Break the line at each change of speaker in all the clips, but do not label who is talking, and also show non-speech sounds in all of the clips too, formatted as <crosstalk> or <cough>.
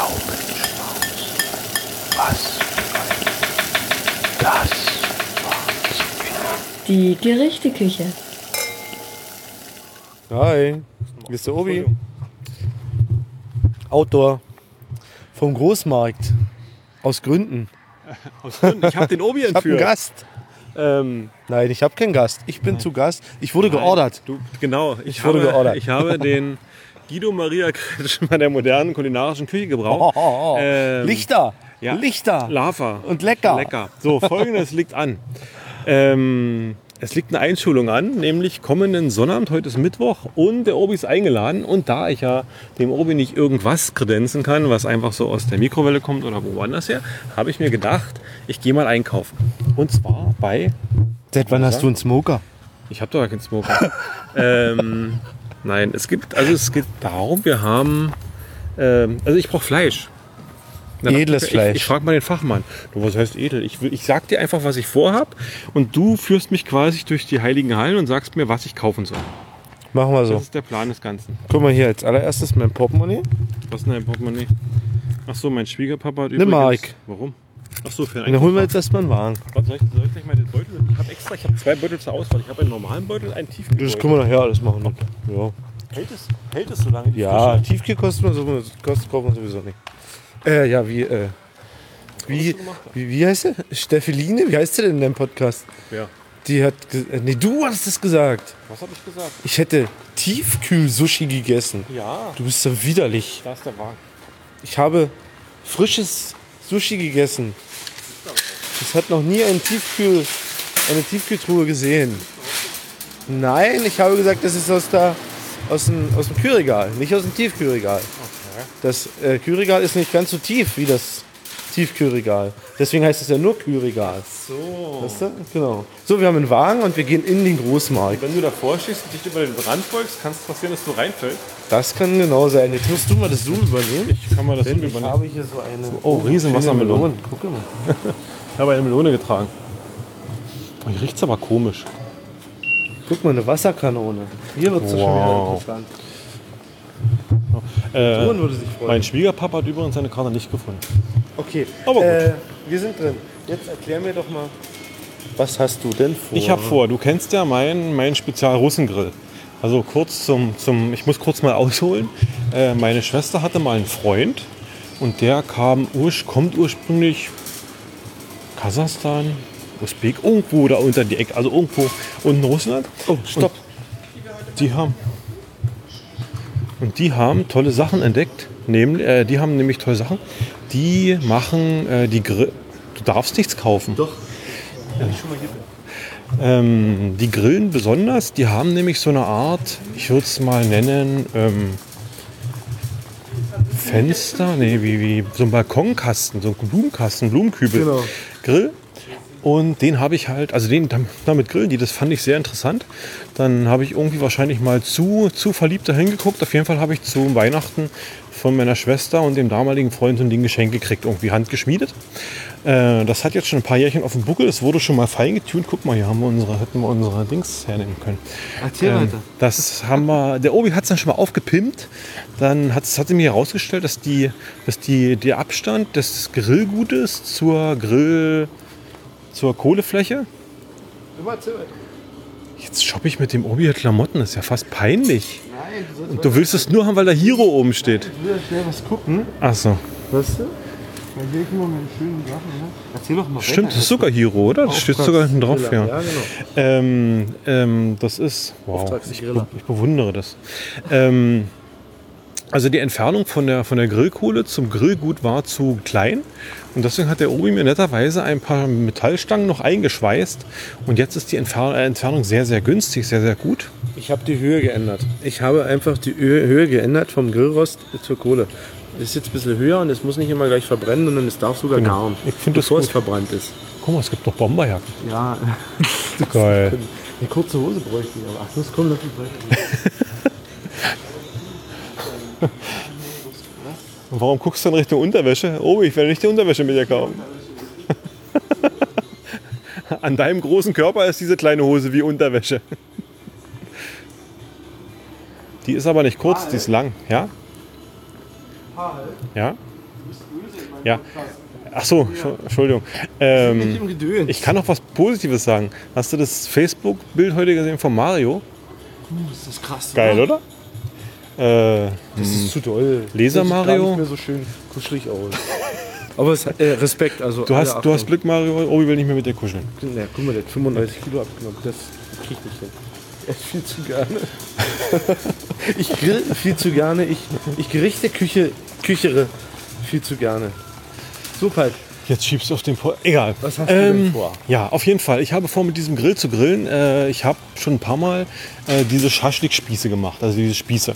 Gaumenschmaus. Was für ein... Das war's.
Die Gerichteküche.
Hi, hier ist der Obi. Outdoor. Vom Großmarkt. Aus Gründen.
Aus Gründen. Ich habe den Obi
Ich habe einen
entführt.
Gast.
Ähm,
Nein, ich habe keinen Gast. Ich bin zu Gast. Ich wurde <laughs> geordert.
du, genau. Ich,
wurde
habe,
geordert.
Ich habe den Guido Maria Kretschmer der modernen kulinarischen Küche gebraucht.
Oh,
Ähm,
Lichter.
ja.
Lichter.
Lava.
Und lecker.
Lecker. So, folgendes liegt an. Ähm, es liegt eine Einschulung an, nämlich kommenden Sonnabend, heute ist Mittwoch und der Obi ist eingeladen. Und da ich ja dem Obi nicht irgendwas kredenzen kann, was einfach so aus der Mikrowelle kommt oder woanders her, habe ich mir gedacht, ich gehe mal einkaufen. Und zwar bei,
Seit wann hast du einen Smoker?
ich habe doch gar
<laughs>
keinen Smoker. ähm, nein, es gibt, also es geht darum, wir haben, ähm, also ich brauche Fleisch. Na,
Edles
ich,
Fleisch.
Ich frage mal den Fachmann. Du, was heißt edel? Ich, will- ich sag dir einfach, was ich vorhab und du führst mich quasi durch die heiligen Hallen und sagst mir, was ich kaufen soll.
Machen wir
Das
so.
ist der Plan des Ganzen.
Guck mal hier, als allererstes mein Portemonnaie.
Was denn dein Portemonnaie? Ach so, mein Schwiegerpapa hat
Nimm mal, Ike.
Warum? Ach so, für
Und dann holen wir jetzt erstmal einen Wagen.
Warte, soll ich, soll ich gleich mal den Beutel? Ich habe extra, ich habe zwei Beutel zur Auswahl. Ich habe einen normalen Beutel und einen
Das
Tiefkühlbeutel.
können wir nachher alles machen. Ja,
Hält es, hält es so lange? die
ja
Frische?
Tiefkühlkosten so, kostet kaufen wir sowieso nicht. Äh, ja, wie, äh, wie, wie, wie heißt sie? Steffeline? Wie heißt sie denn in deinem Podcast?
Ja.
Die hat, ge- äh, nee, du hast es gesagt.
Was habe ich gesagt?
Ich hätte Tiefkühl-Sushi gegessen.
Ja,
Du bist so widerlich.
da ist der Wagen.
Ich habe frisches Sushi gegessen. Das hat noch nie ein Tiefkühl, eine Tiefkühltruhe gesehen. Nein, ich habe gesagt, das ist aus, der, aus, dem, aus dem Kühlregal, nicht aus dem Tiefkühlregal. Das äh, Kühlregal ist nicht ganz so tief wie das Tiefkühlregal. Deswegen heißt es ja nur Kühlregal.
So.
Weißt du? Genau. So, wir haben einen Wagen und wir gehen in den Großmarkt.
Wenn du davor stehst und dich über den Rand beugst, kann es passieren, dass du reinfällst.
Das kann genau sein. Jetzt musst du mal das Zoom übernehmen.
Ich kann mal das
Denn
Ding
ich
übernehmen.
habe hier so eine.
Oh, riesen Wassermelone.
Melone. Guck mal.
Ich habe eine Melone getragen. Oh, Hier riecht es aber komisch.
Guck mal, eine Wasserkanone. Hier wird es schon wieder
Wow.
interessant.
Äh,
Sohn würde sich freuen.
mein Schwiegerpapa hat übrigens seine Karte nicht gefunden.
Okay,
Aber gut.
Äh, wir sind drin. Jetzt erklär mir doch mal, was hast du denn vor? ne?
Ich habe vor, du kennst ja meinen, meinen Spezial-Russengrill. Also kurz zum, zum, ich muss kurz mal ausholen. Äh, meine Schwester hatte mal einen Freund und der kam, ursch- kommt ursprünglich Kasachstan, Usbek, irgendwo da unter die Ecke, also irgendwo unten Russland.
Oh, stopp.
Die haben. Und die haben tolle Sachen entdeckt. Nämlich, äh, die haben nämlich tolle Sachen. Die machen äh, die Grill. Du darfst nichts kaufen. Doch. Ähm, die grillen besonders. Die haben nämlich so eine Art, ich würde es mal nennen, ähm, Fenster, nee, wie, wie so ein Balkonkasten, so ein Blumenkasten, Blumenkübel,
Genau.
Grill. Und den habe ich halt, also den dam- damit grillen die, das fand ich sehr interessant. Dann habe ich irgendwie wahrscheinlich mal zu, zu verliebt dahin geguckt. Auf jeden Fall habe ich zu Weihnachten von meiner Schwester und dem damaligen Freund so ein Ding geschenkt gekriegt, irgendwie handgeschmiedet. Äh, das hat jetzt schon ein paar Jährchen auf dem Buckel, es wurde schon mal fein getunt. Guck mal, hier haben wir unsere, hätten wir unsere Dings hernehmen können.
Erzähl
Ähm,
weiter.
das haben wir, der Obi hat es dann schon mal aufgepimpt. Dann hat es hat sie mir herausgestellt, dass, die, dass die, der Abstand des Grillgutes zur Grill, zur Kohlefläche.
Immer erzähl weiter.
Jetzt shoppe ich mit dem Obi hier Klamotten, das ist ja fast peinlich.
Nein, du sollst
Und du willst es nur haben, weil da Hiro oben steht.
mal schnell was gucken.
Ach so.
Weißt du? Dann gehe ich mal mit schönen Sachen. Ne? Erzähl doch mal
Stimmt, das ist sogar Hiro, oder? Das steht sogar hinten drauf,
ja.
ja.
Ja, genau.
Ähm, ähm, das ist. Wow, ich,
Auftragsgriller.
be- ich bewundere das. Ähm, also die Entfernung von der, von der Grillkohle zum Grillgut war zu klein. Und deswegen hat der Obi mir netterweise ein paar Metallstangen noch eingeschweißt. Und jetzt ist die Entfer äh, Entfernung sehr, sehr günstig, sehr, sehr gut.
Oh, Ich habe die Höhe geändert. Ich habe einfach die Ö- Höhe geändert vom Grillrost zur Kohle. Das ist jetzt ein bisschen höher und es muss nicht immer gleich verbrennen, sondern es darf sogar
Genau.
garen.
Ich find das
bevor es
gut.
verbrannt ist.
Guck mal, es gibt noch Bomberjacken.
Ja,
Geil.
eine kurze Hose bräuchte ich, aber ach, das kommt noch die Bräuchte.
Und warum guckst du in Richtung Unterwäsche? Obi, ich werde nicht die Unterwäsche mit dir kaufen. <laughs> An deinem großen Körper ist diese kleine Hose wie Unterwäsche. Die ist aber nicht kurz, die ist lang, ja? Ja? Ja. Ach so, Entschu- Entschuldigung. Ähm,
Nicht im Gedön.
ich kann noch was Positives sagen. Hast du das Facebook-Bild heute gesehen von Mario?
das ist krass.
Geil, oder? Äh,
Das ist zu doll.
Laser
Das sieht
Mario?
gar Nicht mehr so schön kuschelig <laughs> aus. Aber es, äh, Respekt, also.
du, hast, du hast Glück, Mario. Obi will nicht mehr mit dir kuscheln.
Na, guck mal, der hat 35 Kilo abgenommen. Das krieg ich nicht hin. Er ist viel zu gerne. <laughs> ich grill viel zu gerne. Ich, ich gerichte Küche, küchere viel zu gerne. So, Palk.
Jetzt schiebst du auf den Po. Egal. Ähm,
Was hast du denn vor?
Ja, auf jeden Fall. Ich habe vor, mit diesem Grill zu grillen. Äh, ich habe schon ein paar Mal äh, diese Schaschlik-Spieße gemacht, also diese Spieße.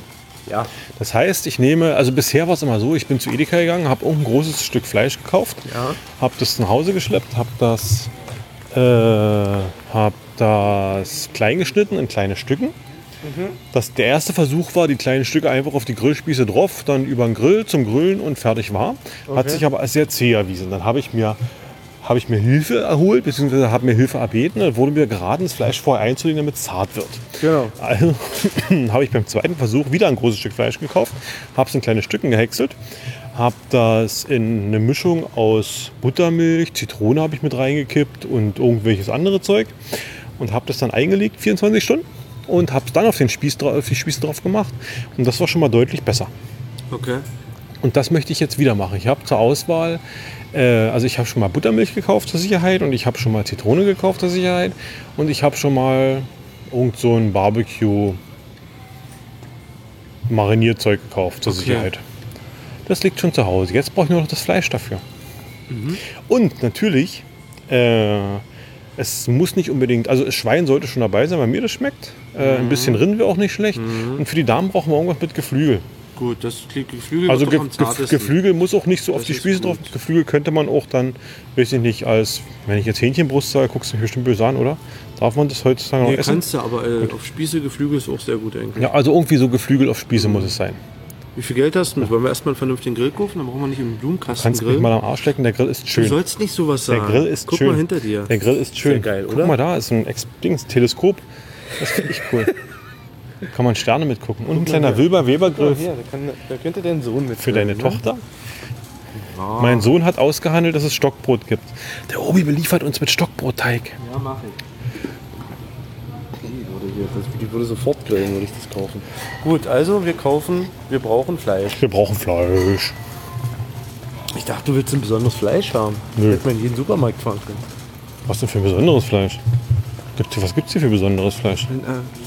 Ja.
Das heißt, ich nehme, also bisher war es immer so, ich bin zu Edeka gegangen, habe irgendein großes Stück Fleisch gekauft,
Ja.
habe das nach Hause geschleppt, habe das, äh, hab das klein geschnitten in kleine Stücken.
Mhm.
Das, der erste Versuch war, die kleinen Stücke einfach auf die Grillspieße drauf, dann über den Grill zum Grillen und fertig war. Hat sich aber als sehr zäh erwiesen. Dann habe ich mir habe ich mir Hilfe erholt, beziehungsweise habe mir Hilfe erbeten. Dann wurde mir geraten, das Fleisch vorher einzulegen, damit es zart wird.
Genau.
Also <clears throat> habe ich beim zweiten Versuch wieder ein großes Stück Fleisch gekauft, habe es in kleine Stücken gehäckselt, habe das in eine Mischung aus Buttermilch, Zitrone habe ich mit reingekippt und irgendwelches andere Zeug und habe das dann eingelegt, 24 Stunden und habe es dann auf den Spieß, dra- auf die Spieße drauf gemacht und das war schon mal deutlich besser.
Okay.
Und das möchte ich jetzt wieder machen. Ich habe zur Auswahl, äh, also ich habe schon mal Buttermilch gekauft zur Sicherheit und ich habe schon mal Zitrone gekauft zur Sicherheit und ich habe schon mal irgend so ein Barbecue Marinierzeug gekauft zur Sicherheit. Das liegt schon zu Hause. Jetzt brauche ich nur noch das Fleisch dafür. Und natürlich, äh, es muss nicht unbedingt, also das Schwein sollte schon dabei sein, weil mir das schmeckt. Äh, Ein bisschen Rind wäre auch nicht schlecht. Und für die Damen brauchen wir irgendwas mit Geflügel.
Gut, das klingt Geflügel
Also
wird
Ge
doch am
Ge
zartesten.
Geflügel muss auch nicht so auf die
ist
Spieße drauf.
gut.
Geflügel könnte man auch dann, weiß ich nicht, als, wenn ich jetzt Hähnchenbrust sage, guckst du mich bestimmt böse an, oder? Darf man das heutzutage noch
Nee,
essen?
kannst du, aber äh, auf Spieße Geflügel ist auch sehr gut eigentlich.
Ja, also irgendwie so Geflügel auf
Mhm.
Spieße muss es sein.
Wie viel Geld hast du? Wollen wir erstmal einen vernünftigen Grill kaufen? Dann brauchen wir nicht im
Kannst du
Blumenkastengrill.
mich mal am Arsch lecken, der Grill ist
Du
schön.
sollst nicht sowas
Der
sagen.
Grill ist
Guck
schön.
mal hinter dir.
Der Grill ist schön.
geil, oder?
Guck mal da, ist ein Ex Dings, Teleskop. Das finde ich cool.
<laughs>
Kann man Sterne mitgucken. Und ein kleiner Wilber-Weber-Grill
Hier, da, kann, da könnte dein Sohn mit. ne?
für deine Tochter. Mein Sohn hat ausgehandelt, dass es Stockbrot gibt. Der Obi beliefert uns mit Stockbrotteig.
Ja, mach ich.
Die würde sofort grillen, würde ich das kaufen. Gut, also wir kaufen, wir brauchen Fleisch.
Wir brauchen Fleisch.
Ich dachte, du willst ein besonderes Fleisch haben.
Nö.
Hätte man in jeden Supermarkt fahren können.
Was denn für besonderes Fleisch? Gibt, was gibt es hier für besonderes Fleisch?
Äh,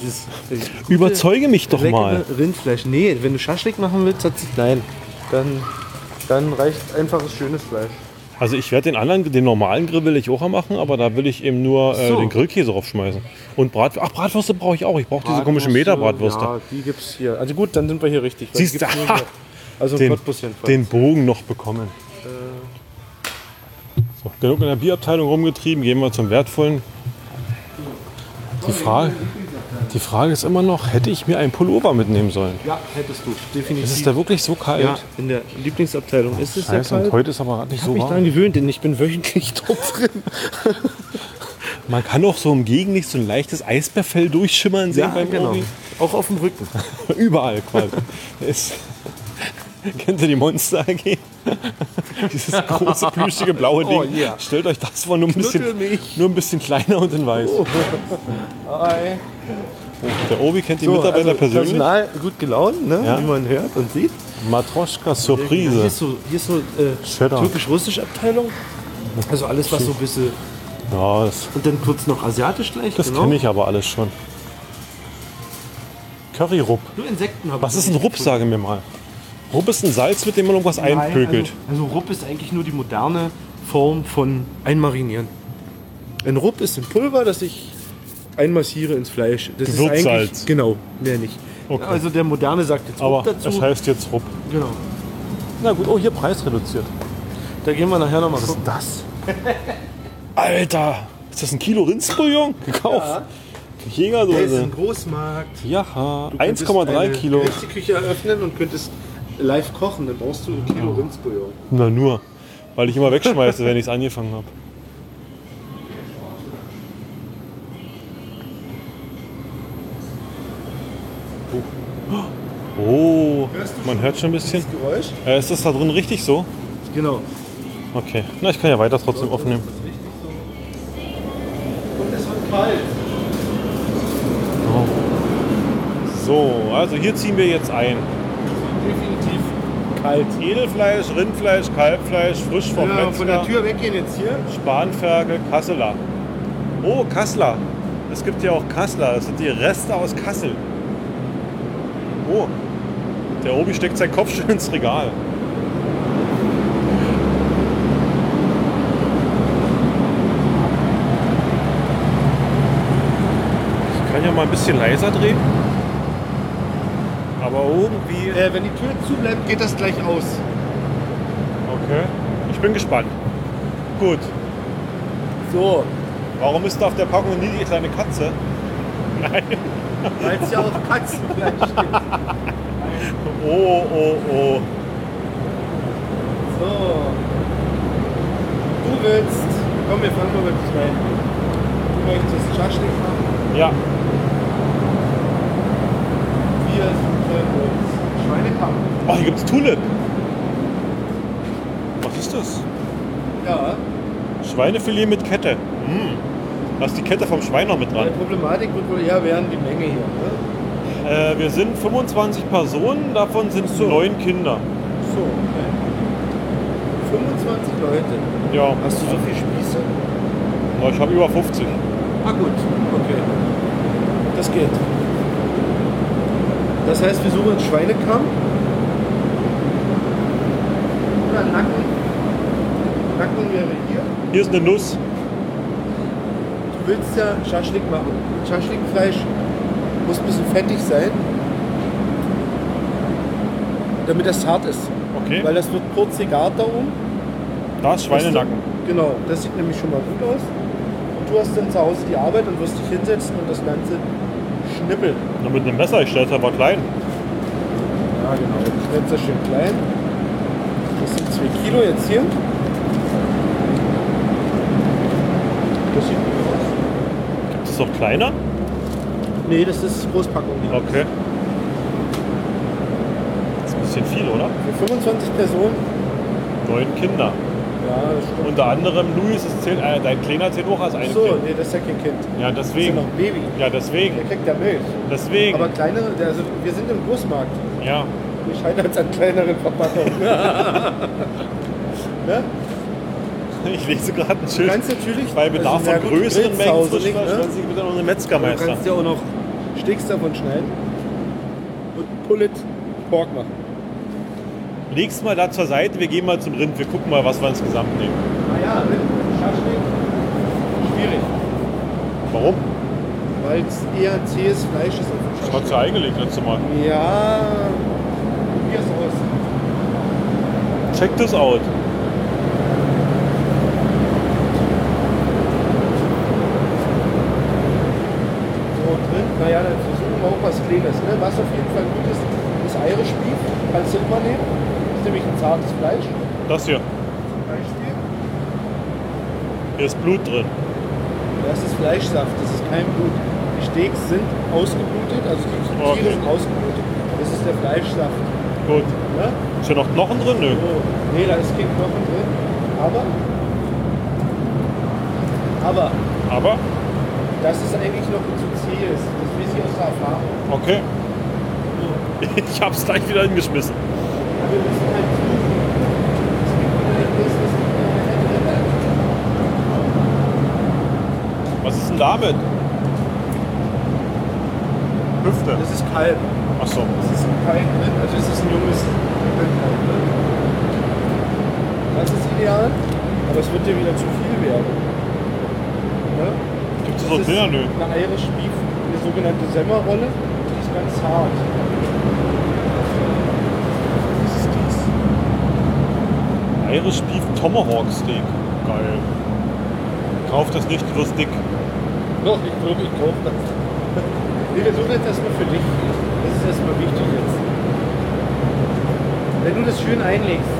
dieses, dieses
Überzeuge mich doch
leckere
mal.
Rindfleisch. Nee, wenn du Schaschlik machen willst, hat sich nein. Dann, dann reicht einfaches schönes Fleisch.
Also ich werde den anderen, den normalen Grill will ich auch machen, aber da will ich eben nur äh,
So.
den Grillkäse draufschmeißen. Und Bratwürste. Ach, Bratwürste brauche ich auch. Ich brauche diese komischen Meterbratwürste.
Ja, die gibt's hier. Also gut, dann sind wir hier richtig. weil
Siehst
die
du,
gibt's nur
ha!
hier. Also ein
Den,
Cottbus jedenfalls.
den Bogen noch bekommen.
Äh.
So, genug in der Bierabteilung rumgetrieben, gehen wir zum wertvollen. Die Frage, die Frage ist immer noch, hätte ich mir einen Pullover mitnehmen sollen?
Ja, hättest du.
Ist es
Definitiv.
da wirklich so kalt?
Ja, in der Lieblingsabteilung ist es ja
Scheiße, und
kalt.
heute ist aber gerade nicht
Ich
so
mich
warm.
daran gewöhnt, denn ich bin wöchentlich <laughs> drauf drin.
Man kann auch so im Gegenlicht so ein leichtes Eisbärfell durchschimmern sehen beim
genau.
Obi. <laughs>
Auch auf dem Rücken.
Überall quasi. Ist, <laughs> kennt ihr die Monster AG? <laughs> Dieses große, plüschige, blaue Ding.
Oh, yeah.
Stellt euch das vor, nur ein, bisschen,
Knuddelmilch.
nur ein bisschen kleiner und in weiß.
Oh. Hi.
Der Obi kennt die
So,
Mitarbeiter
also
persönlich.
Personal gut gelaunt, ne?
Ja.
wie man hört und sieht.
Matroschka
Hier
Surprise.
ist so, hier ist so äh,
Cheddar.
türkisch-russische Abteilung. Also alles, was so ein bisschen.
Ja, das,
Und dann kurz noch asiatisch gleich. genau.
das kenne ich aber alles schon. Curryrupp.
Nur Insekten habe
Was
ich
ist ein Rupp, sage mir mal? Rupp ist ein Salz, mit dem man irgendwas
Nein,
einpökelt.
Also, also Rupp ist eigentlich nur die moderne Form von Einmarinieren. Ein Rupp ist ein Pulver, das ich einmassiere ins Fleisch. Das ist eigentlich
Gewürzsalz.
genau, mehr nicht.
Okay.
Also der moderne sagt jetzt
aber
Rupp dazu.
es heißt jetzt Rupp.
genau.
Na gut, oh, hier preisreduziert.
Da gehen wir nachher nochmal gucken.
Das? Alter, ist das ein Kilo Rindsbouillon? Gekauft? Jägersoße.
Großmarkt.
Ja,
könntest
1,3
eine-
Kilo.
Du könntest die Küche eröffnen und könntest live kochen. Dann brauchst du ein Kilo Rindsbouillon.
Na nur, weil ich immer wegschmeiße, wenn ich es angefangen habe. Oh, man hört schon ein bisschen.
Geräusch?
Oh, Äh, ist das da drin richtig so?
Genau.
Okay. Na, ich kann ja weiter trotzdem aufnehmen. So, also hier ziehen wir jetzt ein.
Definitiv kalt.
Edelfleisch, Rindfleisch, Kalbfleisch, frisch vom
Ja, von der
Metzger,
Tür weggehen jetzt hier.
Spanferkel, Kasseler. Oh, Kasseler. Es gibt ja auch Kasseler. Das sind die Reste aus Kassel. Oh, der Obi steckt seinen Kopf schön ins Regal. Ich kann ja mal ein bisschen leiser drehen. Aber irgendwie...
Äh, wenn die Tür zu bleibt, geht das gleich aus.
Okay. Ich bin gespannt. Gut.
So,
Warum ist da auf der Packung nie die kleine Katze?
weil es ja auch <laughs> Katzenfleisch steht.
Oh, oh, oh.
So. Du willst. Komm, wir fangen mal mit dich rein. Du möchtest Schaschlik machen.
Ja,
Wir sollen uns Schweinekamp.
Oh, hier gibt's Tulip. Was ist das?
Ja,
Schweinefilet mit Kette. Mm. Da ist die Kette vom Schwein noch mit
die
dran.
Problematik wird wohl eher werden die Menge hier. Ne?
Äh, wir sind 25 Personen, davon sind neun Kinder.
So, okay. 25 Leute.
Ja,
Hast du so viele Spieße?
aber ich habe über 50.
Ah gut, okay. Das geht. Das heißt, wir suchen einen Schweinekamm. Oder einen Nacken. Nacken wäre hier.
Hier ist eine Nuss.
Du willst ja Schaschlik machen. Schaschlikfleisch muss ein bisschen fettig sein, damit das zart ist.
Okay,
Weil das wird purzigar da oben.
da ist Schweinenacken.
Genau, das sieht nämlich schon mal gut aus. Und du hast dann zu Hause die Arbeit und wirst dich hinsetzen und das Ganze schnippeln.
Na, mit einem Messer, ich stelle es aber klein.
Ja, genau. Jetzt ist schön klein. Das sind 2 Kilo jetzt hier. Das sieht gut aus.
Ist das noch kleiner?
Nee, das ist Großpackung.
Okay. Das ist ein bisschen viel, oder?
Für 25 Personen.
Neun Kinder.
Ja, das stimmt.
Unter anderem Luis, ist zählt, äh, dein Kleiner zählt auch als ein
so,
Kind.
nee, das ist ja kein Kind.
Ja,
Das ist ja
deswegen.
noch ein Baby.
Ja,
Der
deswegen.
kriegt ja Milch.
Deswegen.
Aber kleinere, also wir sind im Großmarkt.
ja. <laughs>
Wir scheitern jetzt an kleineren Verpackungen. <laughs> ne?
Ich lese gerade ein
Du
Schild.
kannst natürlich.
bei Bedarf
also, na
von
gut,
größeren
Grills zu
Mengen
Hause
frisch
nicht, ne?
verschmelzen Sie bitte noch einen
Du
Metzgermeister.
kannst ja auch noch Steaks davon schneiden und Pullet Pork machen.
Leg's mal da zur Seite, wir gehen mal zum Rind, wir gucken mal, was wir insgesamt nehmen.
Naja, Ah Schaschlik, schwierig,
Warum?
weil es eher zähes Fleisch ist auf dem
Das hat's ja eingelegt letztes Mal.
Schaschlik. Ja, probier's aus.
Check this out.
So drin, naja, dann versuchen wir auch was Kleines. Ne? Was auf jeden Fall gut ist, ist Irish Beef, kannst du immer nehmen. Das ist nämlich ein zartes Fleisch zum
Das hier.
Beispiel.
Hier ist Blut drin.
Das ist Fleischsaft, das ist kein Blut. Die Steaks sind ausgeblutet, also die Tiere
Okay.
sind ausgeblutet. Das ist der Fleischsaft.
Gut.
Ne?
Ist hier noch Knochen drin? Nö.
So, nee, da ist kein Knochen drin. Aber, aber
Aber,
das ist eigentlich noch zu zäh ist. Das weiß ich aus der Erfahrung.
okay. <laughs> Ich hab's gleich wieder hingeschmissen.
Aber wir müssen halt suchen. Es gibt keine Ergebnisse, es gibt keine Ergebnisse.
Was ist denn damit? Hüfte.
Das ist Kalb.
Achso.
Das ist ein Kalb drin. Also es ist ein junges Kalb drin. Das ist ideal. Aber es wird dir wieder zu viel werden. Ne?
Gibt es
Das
so
ist
Dinger? Nö.
eine Irish Beef, eine sogenannte Semmerrolle. Die ist ganz hart. Das ist dies.
Irish Beef Tomahawk Steak. Geil. Kauf das nicht, du wirst dick.
Doch, ich glaube, ich kaufe das. <laughs> Nee, wir suchen jetzt erstmal für dich. Das ist erstmal wichtig jetzt. Wenn du das schön einlegst,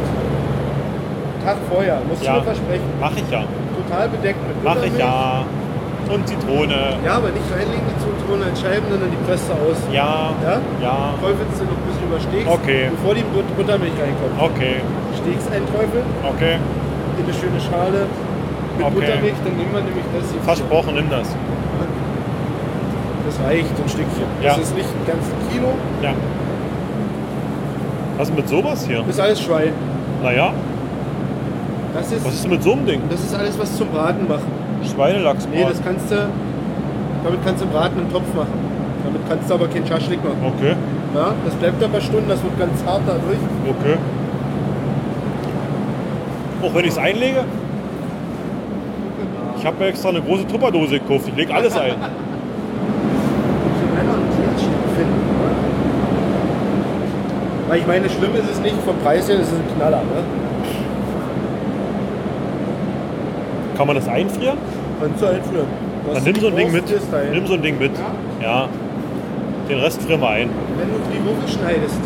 Tag vorher, musst
Ja.
du mir versprechen,
Mach ich ja.
total bedeckt mit
Mach ich
Buttermilch.
ja. Und Zitrone.
Ja, aber nicht reinlegen, die Zutaten als Scheiben, sondern die presst du aus.
Ja.
Ja?
Ja.
Voll, wenn du noch ein bisschen überstehst,
Okay.
bevor die But- Buttermilch reinkommt.
Okay.
Stehst Steaks-Einteufel
Okay,
in eine schöne Schale mit
Okay.
Buttermilch. Dann nehmen wir nämlich das hier.
versprochen, nimm das.
Das reicht, so ein Stückchen. Das
Ja.
ist nicht ein ganzes Kilo.
Ja. Was ist mit sowas hier?
Das ist alles Schwein.
Naja,
Das ist,
was ist denn mit so einem Ding?
das ist alles, was zum Braten machen.
Schweinelachs.
Nee, das kannst du. Damit kannst du Braten im Topf machen. Damit kannst du aber keinen Schaschlik machen.
okay,
Ja, das bleibt ein paar Stunden, das wird ganz hart dadurch.
okay. Auch wenn ich es einlege? Ich habe mir extra eine große Tupperdose gekauft. Ich lege alles ein.
Weil ich meine, schlimm ist es nicht vom Preis her, das ist ein Knaller. Ne?
Kann man das einfrieren?
Kannst du einführen. Was
Dann nimm
du
so ein Ding mit.
brauchst, ist dein.
Nimm so ein Ding mit. Ja. Den Rest frieren wir ein.
Wenn du die Gurke schneidest,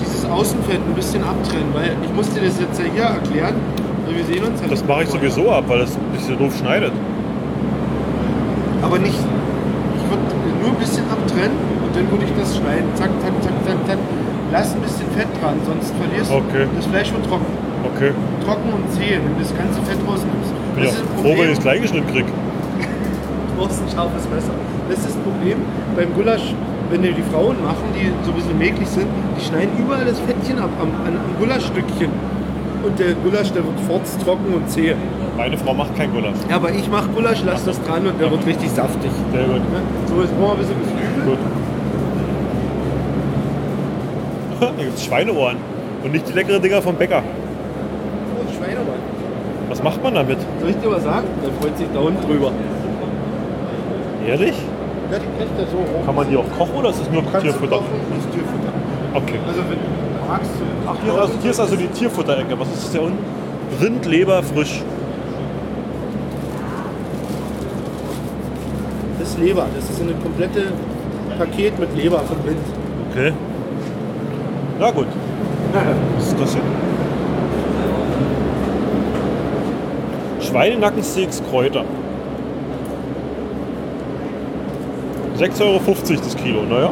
dieses Außenfett ein bisschen abtrennen, weil ich muss dir das jetzt ja hier erklären. weil Wir sehen uns ja
Das
nicht
mache ich
vorher.
sowieso ab, weil das ein bisschen doof schneidet.
Aber nicht. Ich würde nur ein bisschen abtrennen und dann würde ich das schneiden. Zack, zack, zack, zack, zack. Lass ein bisschen Fett dran, sonst verlierst du.
Okay.
Das Fleisch wird trocken.
Okay.
Trocken und zäh, wenn du das ganze Fett rausnimmst.
Bin
das ist
ja
ein
froh,
Problem.
wenn ich es klein geschnitten kriege.
Du brauchst ein scharfes Messer. Das ist das Problem beim Gulasch, wenn dir die Frauen machen, die so ein bisschen mäglich sind, die schneiden überall das Fettchen ab am, an- am Gulaschstückchen. Und der Gulasch, der wird fortstrocken und zäh.
Meine Frau macht kein Gulasch.
Ja, aber ich mache Gulasch, lass das dran und der wird richtig saftig.
Sehr gut.
Ne? So, jetzt brauchen wir ein bisschen Geflügel.
<laughs> Gut. da gibt es Schweineohren. Und nicht die leckeren Dinger vom Bäcker.
Oh, Schweinemann.
Was macht man damit?
Soll ich dir was sagen? Da freut sich der Hund drüber.
Ehrlich?
Ja, die kriegt er so hoch.
Kann man die auch kochen oder ist das nur Tierfutter?
Das Tierfutter.
Okay.
Also wenn du magst, so-
Ach, hier, ist also, hier ist also die Tierfutterecke. Was ist das hier unten? Rind, Leber, frisch.
das ist Leber. Das ist ein komplettes Paket mit Leber vom Rind.
Okay. Na gut. Was ist das denn? Schweinenackensteaks Kräuter. 6,50 Euro das Kilo, naja.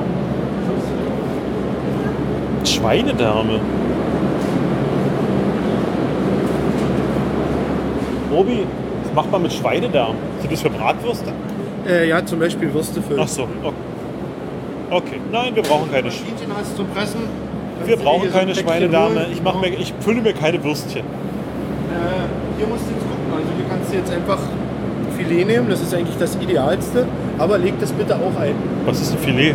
Schweinedärme. Robi, was macht man mit Schweinedärmen? Sind das für Bratwürste?
Äh, ja, zum Beispiel Würste für.
Ach so, okay. Okay, nein, wir brauchen keine Sch
Hähnchen hast du zum Pressen.
wir brauchen keine Schweinedame. Ich, mach
mache
mir, ich fülle mir keine Würstchen.
äh, Hier musst du jetzt gucken. Also hier kannst du jetzt einfach Filet nehmen. Das ist eigentlich das Idealste. Aber leg das bitte auch ein.
Was ist ein Filet?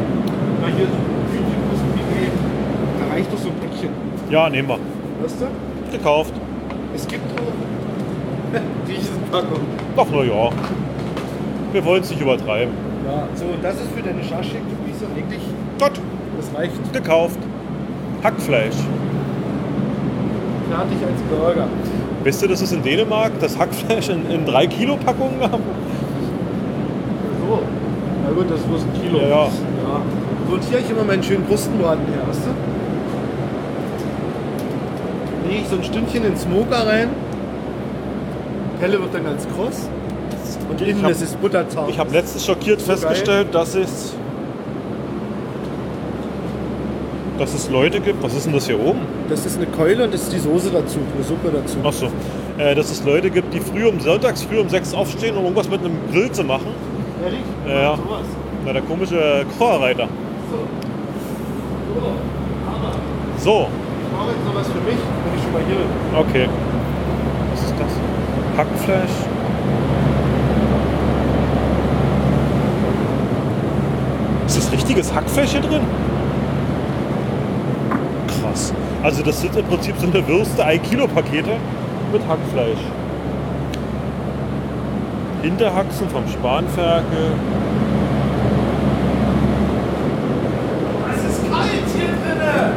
Na, hier so ein Hühnchenbrust, Filet. Da reicht doch so ein Päckchen.
Ja, nehmen wir.
Weißt du?
Gekauft.
Es gibt <laughs> auch Riesenpackung.
Doch, na ja. Wir wollen es nicht übertreiben.
Ja, so, und das ist für deine Schaschlik-Spieße eigentlich,
Gott,
das reicht
gekauft. Hackfleisch.
fertig als Burger.
Wisst ihr, dass es in Dänemark das Hackfleisch in, in 3 Kilo Packungen gab?
So. Na gut, das muss ein Kilo.
Ja, ja.
ja. So, und hier habe ich immer meinen schönen Brustenbraten her, weißt du? Lege ich so ein Stündchen in den Smoker rein. Pelle wird dann ganz kross. Und innen,
hab-
das ist Buttertaub.
Ich habe letztens schockiert festgestellt, dass es, dass es Leute gibt. Was ist denn das hier oben?
Das ist eine Keule und das ist die Soße dazu, eine Suppe dazu.
Ach so. Äh, dass es Leute gibt, die früh um sonntags früh um 6 aufstehen, um irgendwas mit einem Grill zu machen.
Ehrlich?
Ja, ja.
Sowas.
Na, der komische Chorreiter. So,
Ich brauche jetzt sowas für mich, wenn ich schon mal hier bin.
okay. Was ist das? Hackfleisch? Ist das richtiges Hackfleisch hier drin? Krass. Also das sind im Prinzip so eine Würste, 1 Kilo Pakete mit Hackfleisch. Hinterhaxen vom Spanferkel.
Es ist kalt hier drinnen!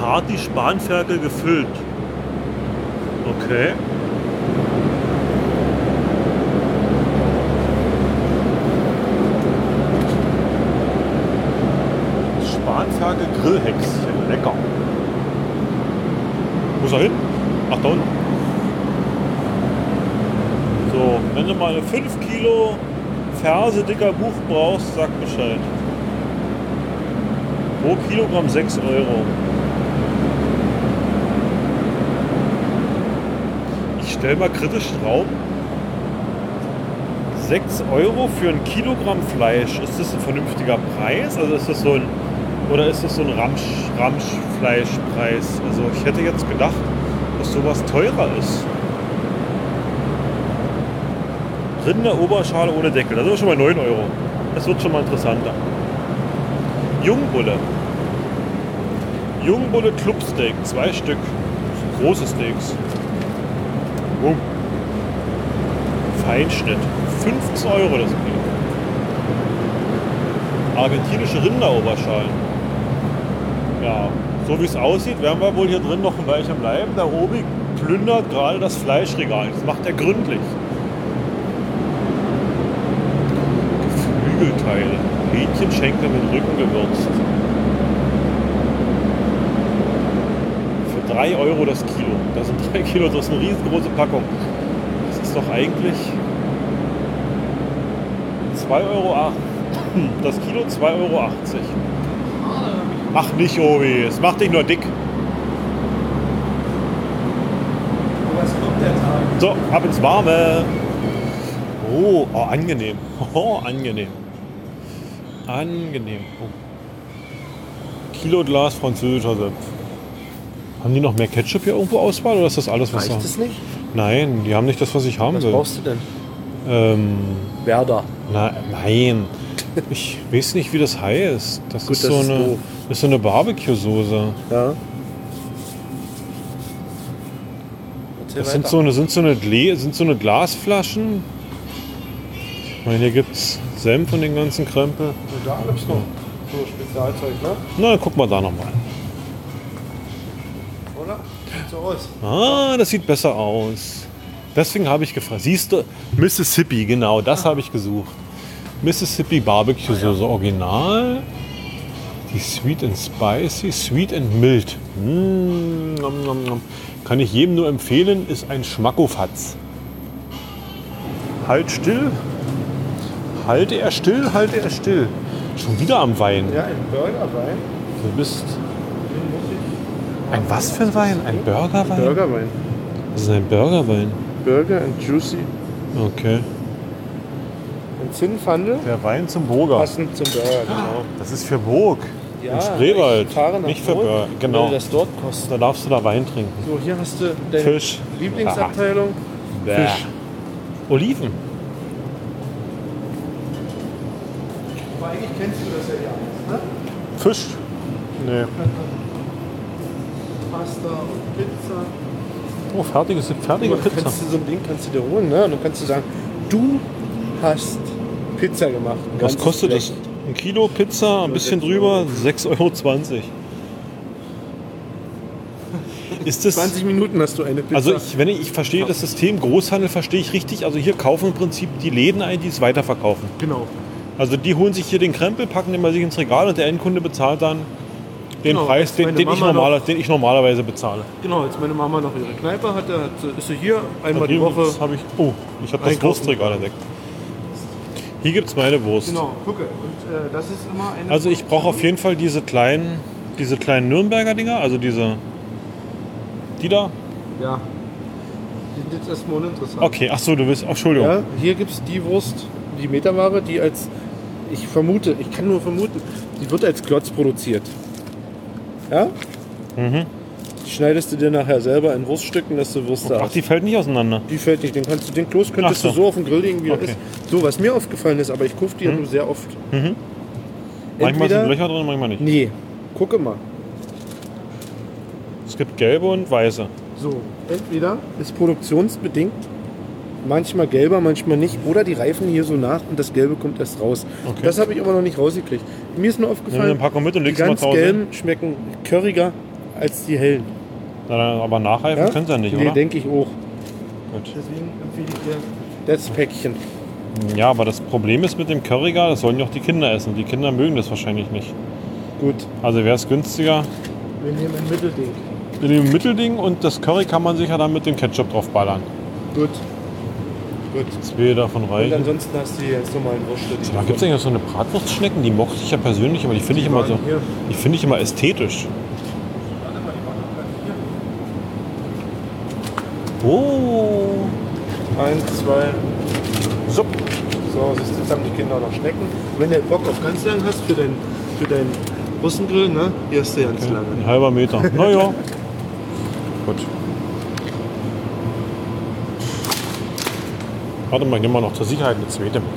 Party Spanferkel gefüllt. Okay. Spanferkel Grillhäckchen, lecker. Muss er hin? Ach, da unten. So, wenn du mal eine 5 Kilo Ferse dicker Buch brauchst, sag Bescheid. Pro Kilogramm 6 Euro. Ich stelle mal kritisch drauf. 6 Euro für ein Kilogramm Fleisch. Ist das ein vernünftiger Preis? Also ist das so ein oder ist das so ein Ramsch, Ramschfleischpreis? Also ich hätte jetzt gedacht, dass sowas teurer ist. Rinderoberschale ohne Deckel. Das ist schon mal 9 Euro. Das wird schon mal interessanter. Jungbulle. Jungbulle Clubsteak. Zwei Stück. Große Steaks. Oh. Feinschnitt. 15 Euro das Kilo. Argentinische Rinderoberschalen. Ja, so wie es aussieht, werden wir wohl hier drin noch ein Weilchen bleiben. Der Obi plündert gerade das Fleischregal. Das macht er gründlich. Flügelteile. Hähnchenschenkel mit Rücken gewürzt. Für 3 Euro das Kilo. Das sind 3 Kilo, das ist eine riesengroße Packung. Das ist doch eigentlich 2,8 Euro. <clears throat> Das Kilo 2,80 Euro. Mach nicht, Obi, es macht dich nur dick.
Aber es kommt der Tag.
So, ab ins Warme. Oh, oh angenehm. <laughs> Oh, angenehm. Angenehm. Oh. Kiloglas französischer Senf. Haben die noch mehr Ketchup hier irgendwo Auswahl oder ist das alles, was sie
Reicht
haben?
es nicht?
Nein, die haben nicht das, was ich haben
Was
will.
brauchst du denn?
Ähm,
Werder.
na,
<laughs>
nein. Ich weiß nicht, wie das heißt. Das
Gut,
ist,
das
so
ist
eine,
doof.
ist so eine Barbecue-Soße.
Ja.
Das sind so, eine, sind, so eine Gle sind so eine Glasflaschen. Ich meine, hier gibt es Senf und den ganzen Krempel.
Also Da gibt's noch so Spezialzeug, ne?
Na, dann guck mal da nochmal.
Oder? So aus.
Ah, das sieht besser aus. Deswegen habe ich gefragt. Siehst du, Mississippi, genau, das habe ich gesucht. Mississippi Barbecue Soße Original. Die Sweet and Spicy, Sweet and Mild. Mm, nom, nom, nom. Kann ich jedem nur empfehlen, ist ein Schmackofatz. Halt still. Halte er still, halte er still. Schon wieder am Wein.
Ja, ein Burgerwein.
Du bist. Ein was für ein Wein? Ein Burgerwein?
Burgerwein.
Das ist ein Burgerwein.
Burger and Juicy.
Okay.
Ein Zinnpfandel.
Der Wein zum Burger.
Passend zum Burger, genau.
Das ist für Burg.
Ja,
Spreewald,
ich fahre nach
nicht für
Burg,
Burger, genau.
weil das dort kostet.
Da darfst du da Wein trinken.
So, hier hast du deine
Fisch.
Lieblingsabteilung.
Fisch. Oliven.
Aber eigentlich kennst du das ja ja alles, ne?
Fisch. Nee.
Pasta und Pizza.
Oh, fertiges, fertige
Du
Pizza.
kannst du so ein Ding kannst du dir holen, ne? Und dann kannst du sagen, du hast Pizza gemacht. Ein
Was
ganzes
kostet
Blech.
das? Ein Kilo Pizza, ein bisschen drüber, 6,20 <laughs> Euro. Ist das.
20 Minuten hast du eine Pizza.
Also ich, wenn ich, ich verstehe das System Großhandel verstehe ich richtig. Also hier kaufen im Prinzip die Läden ein, die es weiterverkaufen.
genau.
Also die holen sich hier den Krempel, packen den bei sich ins Regal und der Endkunde bezahlt dann den
Genau,
Preis, den,
meine
den, ich
Mama
normaler, den ich normalerweise bezahle.
Genau, als meine Mama noch ihre Kneipe hatte, hat sie- ist sie hier einmal die
Also Hier
Woche.
gibt's- hab ich, oh, ich habe das
Einkaufen.
Wurstregal entdeckt. Hier gibt es meine Wurst.
Genau, gucke. Und äh, das ist immer eine.
Also ich brauche auf jeden Fall diese kleinen, diese kleinen Nürnberger Dinger, also diese, die da.
Ja. Die sind jetzt erstmal uninteressant.
Okay, ach so, du willst, oh, Entschuldigung.
Ja, hier gibt es die Wurst, die Meterware, die als, ich vermute, ich kann nur vermuten, die wird als Klotz produziert. Ja?
Mhm.
Die schneidest du dir nachher selber in Wurststücken, dass du Würste
Ach,
hast.
die fällt nicht auseinander.
Die fällt nicht, dann kannst du den Kloß, könntest
Oh Ach so.
du so auf den Grill legen, wie er
Okay. Mhm.
ist. So, was mir aufgefallen ist, aber ich kaufe die ja nur sehr oft.
Manchmal sind
Entweder-
Löcher drin, manchmal nicht.
Nee, gucke mal.
Es gibt gelbe und weiße.
So, entweder ist produktionsbedingt manchmal gelber, manchmal nicht, oder die reifen hier so nach und das Gelbe kommt erst raus.
Okay.
Das habe ich aber noch nicht rausgekriegt. Mir ist nur
Nimm
aufgefallen,
eine Packung mit und
die
legst sie mal
ganz
zu Hause. hin.
gelben schmecken curriger als die hellen.
Na, dann aber nachreifen können sie ja nicht,
nee,
oder?
denke ich auch.
Gut.
Deswegen empfehle ich dir das Päckchen.
Ja, aber das Problem ist mit dem Currygar, das sollen ja auch die Kinder essen. Die Kinder mögen das wahrscheinlich nicht.
Gut,
Also wäre es günstiger.
wir nehmen ein Mittelding.
In dem Mittelding und das Curry kann man sich ja dann mit dem Ketchup drauf ballern.
Gut. Gut.
Zwei davon
Und
reichen.
ansonsten hast du hier jetzt nochmal einen Wurststück.
Sag mal, gibt es eigentlich noch so eine Bratwurstschnecken? Die mochte ich ja persönlich, aber die finde ich immer so.
waren hier.
Die finde ich immer ästhetisch. Oh.
Eins, zwei.
So.
So, siehst du, jetzt haben die Kinder auch noch Schnecken. Und wenn du Bock auf ganz lang hast für deinen für dein Russengrill, ne? Hier hast du ganz lange.
Ein halber Meter. Naja. Gut. Warte mal, ich nehme mal noch zur Sicherheit eine zweite mit.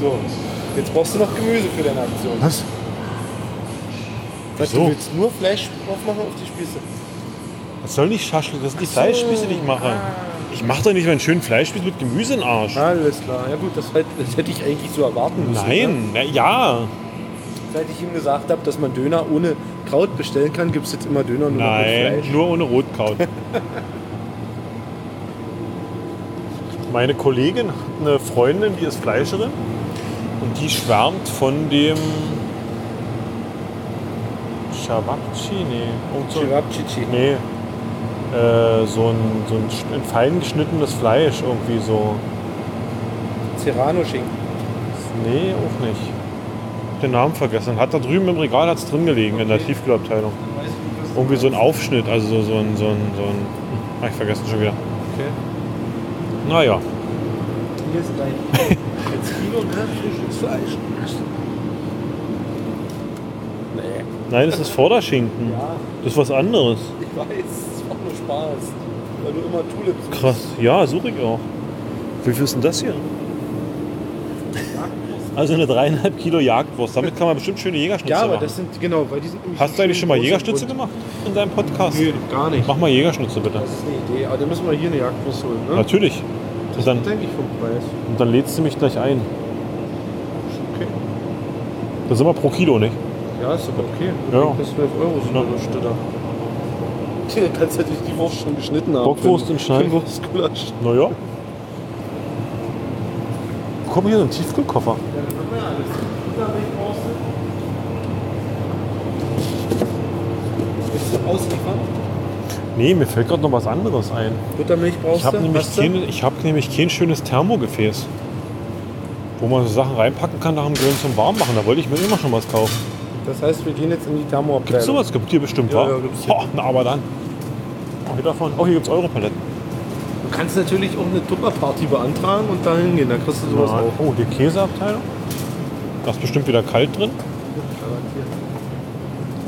So, jetzt brauchst du noch Gemüse für deine Aktion.
Was?
Was,
so.
Du willst nur Fleisch aufmachen auf die Spieße.
Das soll nicht Schaschlik, das sind die Fleischspieße, die ich mache. Ich mache doch nicht meinen schönen Fleischspieß mit Gemüse in den Arsch.
Alles klar. Ja gut, das, hätte- das hätte ich eigentlich so erwarten müssen. Ne?
Nein, na, ja.
Seit ich ihm gesagt habe, dass man Döner ohne Kraut bestellen kann, gibt es jetzt immer Döner nur noch mit
Nein,
Fleisch.
nur ohne Rotkraut. Meine Kollegin hat eine Freundin, die ist Fleischerin und die schwärmt von dem Shababchi, nee, irgend so ein-
Chirapchichi.
nee, äh, so ein, so ein sch- ein fein geschnittenes Fleisch irgendwie so.
Serrano-Schinken.
Nee, auch nicht. Hab Den Namen vergessen. Hat da drüben im Regal hat's drin gelegen in der Tiefkühlabteilung. Irgendwie so ein Aufschnitt, also so, so ein, so ein, so ein hm, hab ich vergessen schon wieder.
Okay.
Naja,
Hier ist dein
<laughs>
jetzt Kilo, ne? Frisches Fleisch. Nee,
nein, es ist Vorderschinken.
Ja.
Das ist was anderes.
ich weiß, es war nur Spaß. Weil du immer Tulips isst.
Krass. Ja, suche ich auch. Wie viel ist denn das hier? Also eine dreieinhalb Kilo Jagdwurst. Damit kann man bestimmt schöne Jägerschnitze
Ja, aber
machen.
das sind, genau, weil die sind nämlich
Hast du eigentlich
schön
schon mal
groß und
Jägerschnitze
bunt.
gemacht in deinem Podcast?
Nee, gar nicht.
Mach mal Jägerschnitze bitte.
Das ist eine Idee. Aber dann müssen wir hier eine Jagdwurst holen, ne?
Natürlich. Und dann,
Das denke ich vom Preis.
und dann lädst du mich gleich ein.
Okay.
Das sind wir pro Kilo, nicht?
Ja, ist aber okay.
Ja. Genau.
Das 12 Euro sind <laughs> nur Stück da. Du kannst natürlich die Wurst schon geschnitten haben.
Bockwurst in Schneid.
Für Wurstgulasch.
Naja. Komm hier so ein Tiefkühlkoffer.
Willst du ausliefern?
Nee, mir fällt gerade noch was anderes ein.
Buttermilch brauchst
Ich habe
du?
nämlich,
Hast du?
kein- ich hab nämlich kein schönes Thermogefäß, wo man so Sachen reinpacken kann nach dem Grillen zum Warmmachen. Da wollte ich mir immer schon was kaufen.
Das heißt, wir gehen jetzt in die
Gibt
Thermoabteilung.
sowas? Gibt hier bestimmt,
Ja,
wa?
ja, gibt's hier.
Boah, na aber dann. Auch hier davon. Oh, hier gibt's Europaletten.
Du kannst natürlich auch eine Tupperparty beantragen und da hingehen. Da kriegst du sowas
Ja.
auch.
Oh, die Käseabteilung. Da ist bestimmt wieder kalt drin.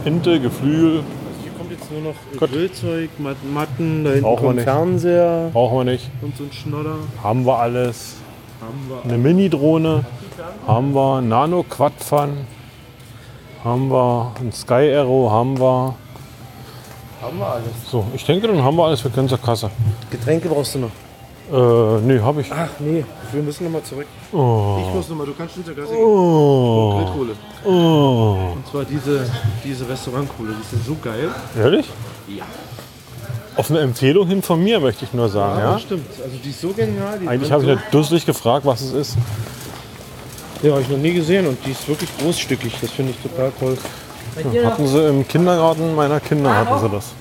Ente, Geflügel,
Hier kommt jetzt nur noch
Gut.
Grillzeug, Matten, da hinten
Brauchen wir kommt nicht.
Fernseher
brauchen wir nicht.
und so ein Schnodder.
Haben wir alles. Eine Mini-Drohne. Haben wir nano quadfan Haben wir ein Sky Aero. Haben wir.
Haben wir alles.
So, ich denke, dann haben wir alles. Wir können zur Kasse.
Getränke brauchst du noch.
Äh, nee, habe ich.
Ach nee, wir müssen nochmal zurück.
Ich muss nochmal, du kannst hinter Gasse
Oh,
Grillkohle.
oh.
Und zwar diese, diese Restaurantkohle, die sind so geil.
Ehrlich? Ja. Auf eine Empfehlung hin von mir, möchte ich nur sagen. Ja,
Stimmt, also die ist so genial. Die
Eigentlich habe ich nicht dusselig gefragt, was es ist.
Die habe ich noch nie gesehen und die ist wirklich großstückig. Das finde ich total toll.
Hatten sie im Kindergarten meiner Kinder, hatten sie das.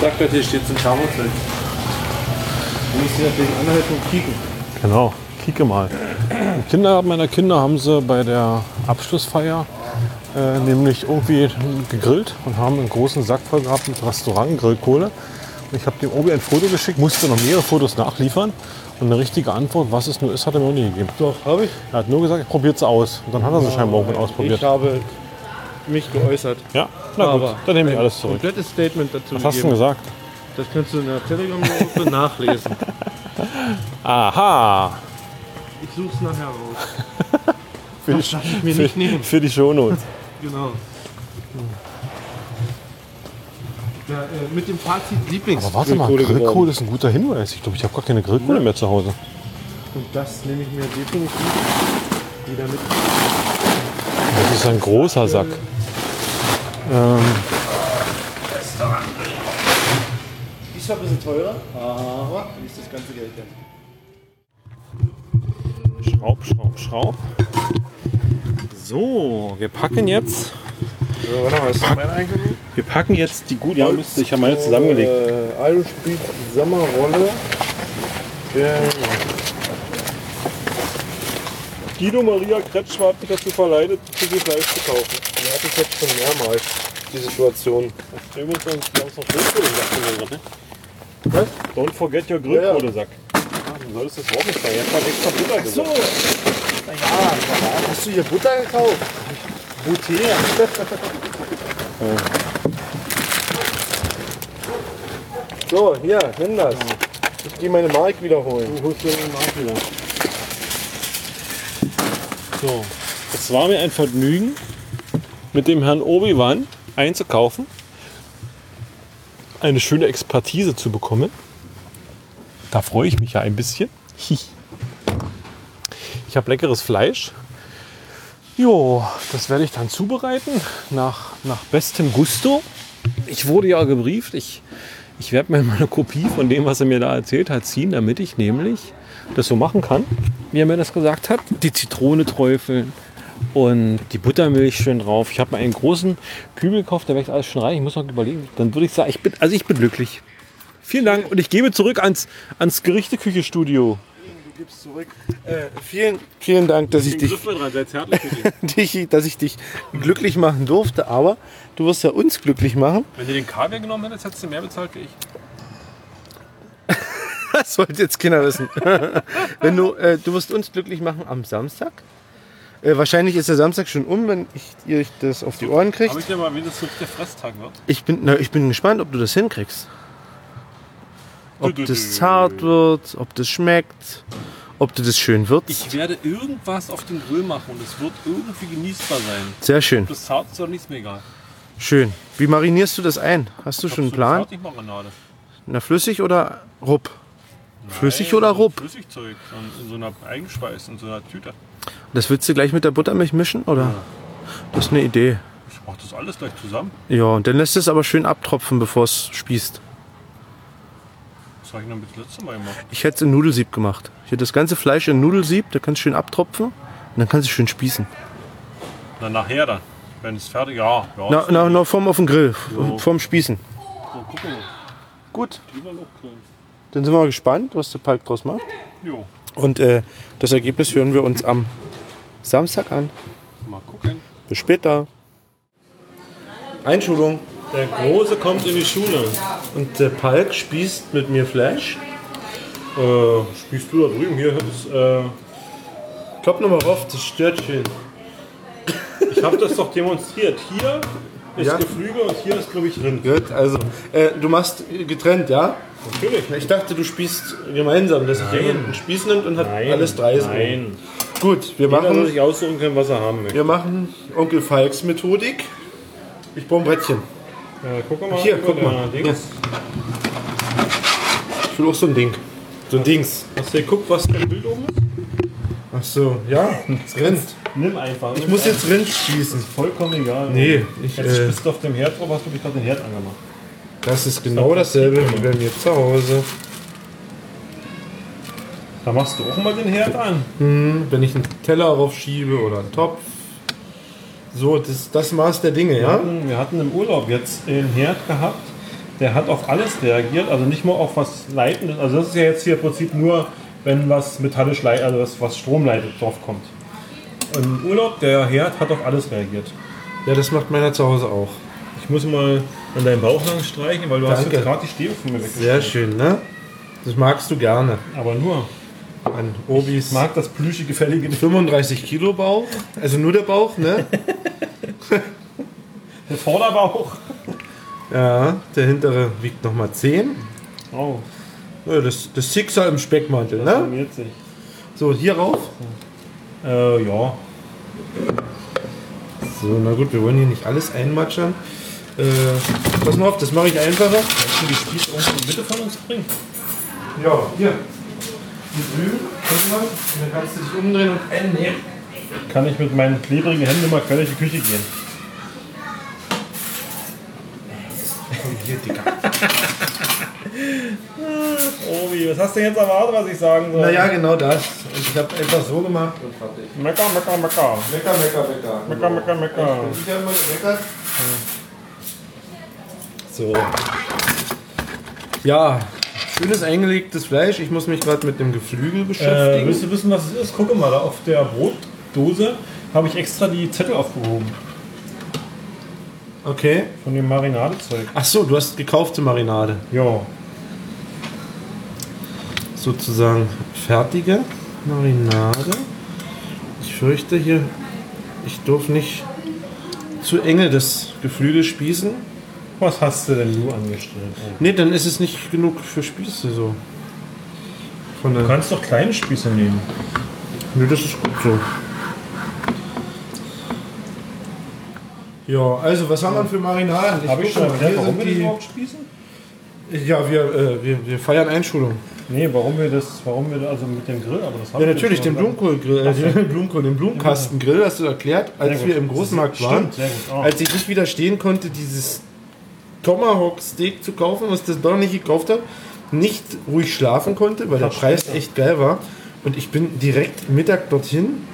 Sagt euch, hier steht zum Thermozeit. Wir müssen ja den anhalten und kicken.
Genau, kicke mal. Im Kindergarten meiner Kinder haben sie bei der Abschlussfeier äh, nämlich irgendwie gegrillt und haben einen großen Sack voll gehabt mit Restaurant-Grillkohle. Und ich habe dem Obi ein Foto geschickt, musste noch mehrere Fotos nachliefern. Und eine richtige Antwort, was es nur ist, hat er mir auch nie gegeben.
Doch, habe ich.
Er hat nur gesagt, ich probiere es aus. Und dann hat er sie scheinbar irgendwann
Ich
ausprobiert.
habe mich geäußert.
Ja, na gut,
Aber
dann nehme ich
ein
alles zurück.
Komplettes Statement dazu
Was hast du denn
gegeben.
gesagt?
Das kannst du in der Telegram-Gruppe <laughs> nachlesen.
Aha,
Ich such's nachher raus.
für die,
Darf ich mir nicht nehmen.
für
<laughs>
die Shownotes.
Genau. Ja, äh, mit dem Fazit Lieblings.
Aber warte mal,
Grillkohle geworden.
Grillkohle ist ein guter Hinweis. Ich glaube, ich habe gar keine Grillkohle mehr zu Hause.
Und das nehme ich mir definitiv wieder mit.
Das ist ein großer Sack.
Die ist zwar ein bisschen teurer, aber die ist das ganze Geld wert.
Schraub, Schraub, Schraub. So, wir packen jetzt.
So, warte mal, ist das mein Einkauf?
Wir packen jetzt die gut. Ja, müsste ich habe meine zusammengelegt.
Äh, Irish Beef Sommerrolle.
Guido Maria Kretschmer hat mich dazu verleitet, zu viel Fleisch zu kaufen.
Die hatte ich jetzt schon mehrmals, die Situation.
Übrigens, wir haben es noch Grillkohle gesagt drin, ne?
Was?
Don't forget your Grillkohle-Sack. Ah, du solltest das Wort nicht vergessen. Ich hab extra Butter gesagt.
Hast du hier Butter gekauft? Butter. so, hier, nimm das. Ich gehe meine Mark wiederholen.
Du holst dir den Markt wieder. So, es war mir ein Vergnügen, mit dem Herrn Obi-Wan einzukaufen, eine schöne Expertise zu bekommen. Da freue ich mich ja ein bisschen. <laughs> Ich habe leckeres Fleisch. Jo, das werde ich dann zubereiten nach, nach bestem Gusto. Ich wurde ja gebrieft, ich ich werde mir mal eine Kopie von dem, was er mir da erzählt hat, ziehen, damit ich nämlich das so machen kann, wie er mir das gesagt hat. Die Zitrone träufeln und die Buttermilch schön drauf. Ich habe mir einen großen Kübel gekauft, der wächst alles schon rein. Ich muss noch überlegen. Dann würde ich sagen, ich bin, also ich bin glücklich. Vielen Dank und ich gebe zurück ans, ans Gerichteküche-Studio.
Äh,
vielen, vielen Dank, dass
<laughs>
ich dich, dich, dass ich dich glücklich machen durfte. Aber du wirst ja uns glücklich machen.
Wenn du den Kaviar genommen hättest, hättest du mehr bezahlt wie ich.
Das sollte jetzt Kinder wissen. <laughs> wenn du, äh, du wirst uns glücklich machen am Samstag. Äh, wahrscheinlich ist der Samstag schon um, wenn ich ihr das auf die Ohren kriege.
ich dir mal, wie das der Fresstag wird?
Ich bin, na, ich bin gespannt, ob du das hinkriegst. Ob das zart wird, ob das schmeckt, ob du das schön wird.
Ich werde irgendwas auf dem Grill machen und es wird irgendwie genießbar sein.
Sehr schön,
Ob das zart ist oder nicht, ist mir egal.
schön. Wie marinierst du das ein? Hast du schon einen
So
Plan?
Zart, ich mache Renate.
Na, flüssig oder rupp? Flüssig oder rupp?
Flüssigzeug. Und in so einer Eigenspeise, in so einer Tüte.
Das willst du gleich mit der Buttermilch mischen, oder? Das ist eine Idee.
Ich mache das alles gleich zusammen.
Ja, und dann lässt es aber schön abtropfen, bevor es spießt.
Das habe ich noch das letzte Mal gemacht.
Ich hätte es in Nudelsieb gemacht. Ich hätte das ganze Fleisch in Nudelsieb, da kannst du schön abtropfen und dann kannst du schön spießen.
Na, nachher dann. Wenn es fertig ja. ja
Na, na, na, vorm auf den Grill, vorm Spießen.
So, gucken wir mal.
Gut,
Lieber noch grillen.
dann sind wir mal gespannt, was der Palk draus macht.
Jo,
Und äh, das Ergebnis hören wir uns am Samstag an.
mal gucken.
Bis später. Einschulung.
Der Große kommt in die Schule.
Und der Palk spießt mit mir Fleisch.
Äh, spielst du da drüben? Hier ist, äh,
Klopp nochmal rauf, das stört schön.
ich habe das doch demonstriert. Hier ist
Ja.
Geflügel und hier ist, glaube ich, Rind.
Gut, also, äh, du machst getrennt, ja?
Natürlich.
Ich dachte, du spießt gemeinsam, dass ich einen Spieß nimmt und hat alles drei so.
Nein.
Gut, wir
Jeder soll
machen,
sich aussuchen können, was er haben möchte.
wir machen Onkel Falks Methodik. Ich brauche ein Brettchen.
Äh, guck mal.
Hier,
über
guck mal.
der Ding.
Ja. Ich will auch so ein Ding. So ein Dings.
Hast du geguckt, was für ein Bild oben ist?
Ach so, ja, es rennt.
Nimm einfach. ne?
Ich muss jetzt Rind spießen.
Vollkommen egal.
Nee, ich,
Jetzt
äh,
bist du auf dem Herd drauf, hast du mich gerade den Herd angemacht.
das ist genau dasselbe wie bei mir zu Hause.
Da machst du auch mal den Herd an.
Wenn ich einen Teller raufschiebe oder einen Topf. So, das, das Maß der Dinge,
Wir
ja?
hatten, wir hatten im Urlaub jetzt den Herd gehabt. Der hat auf alles reagiert, also nicht nur auf was Leitendes. Also das ist ja jetzt hier im Prinzip nur, wenn was metallisch leitet, also was, was Strom leitet, drauf kommt. Im Urlaub, der Herd hat auf alles reagiert.
Ja, das macht meiner zu Hause auch.
Ich muss mal an deinem Bauch lang streichen, weil du hast
Danke.
jetzt gerade die Stehöfen weggeschmissen.
Sehr schön, ne? Das magst du gerne.
Aber nur.
An Obis
Ich mag das plüschige, gefällige.
35 Kilo Bauch. Also nur der Bauch, <laughs> ne?
Der Vorderbauch.
Ja, der hintere wiegt nochmal 10.
Oh,
Ja, das, das Sixer im Speckmantel, ne?
summiert sich.
So, hier rauf.
Äh, ja.
So, na gut, wir wollen hier nicht alles einmatschern. Äh, pass mal auf, das mache ich einfacher.
Hast du die Spieß irgendwo in Mitte von uns bringen?
Ja, hier. Hier drüben, guck mal. Und dann kannst du dich umdrehen und einnehmen.
Kann ich mit meinen klebrigen Händen mal quer durch die Küche <laughs> gehen?
Komm hier, Dicker.
Obi, was hast du denn jetzt erwartet, was ich sagen soll?
Naja, genau das. Und ich habe einfach so gemacht und fertig.
Mecker, mecker, mecker.
Mecker, mecker, mecker.
Mecker, mecker, mecker.
Ich habe mal meckert. So. Ja, schönes eingelegtes Fleisch. Ich muss mich gerade mit dem Geflügel
Äh,
beschäftigen.
willst du wissen, was es ist? Gucke mal, da auf der Brotdose habe ich extra die Zettel aufgehoben
okay.
von dem Marinadezeug.
Ach so, du hast gekaufte Marinade.
Ja,
Sozusagen fertige Marinade. Ich fürchte hier, ich durfte nicht zu enge das Geflügel spießen.
was hast du denn du angestellt?
Ne, dann ist es nicht genug für Spieße so. Von
Du
der
kannst doch kleine Spieße nehmen.
Nö, das ist gut so. Ja, also was haben wir für Marinaden?
Habe ich
guck
schon
mal,
erklärt,
hier
warum wir
sind
die
die,
überhaupt spießen?
Ja, wir, äh, wir, wir feiern Einschulung.
Nee, warum wir das, warum wir da- also mit dem Grill, aber das haben
Ja,
wir
natürlich,
schon
den
gesagt.
Blumenkohlgrill, äh, <laughs> den, Blumenkohl, den Blumenkastengrill hast du erklärt, als
gut.
wir im Großmarkt waren.
Stimmt, sehr gut. Ah.
Als ich nicht widerstehen konnte, dieses Tomahawk-Steak zu kaufen, was das doch nicht gekauft hat, nicht ruhig schlafen konnte, weil der Preis echt geil war. Und ich bin direkt Mittag dorthin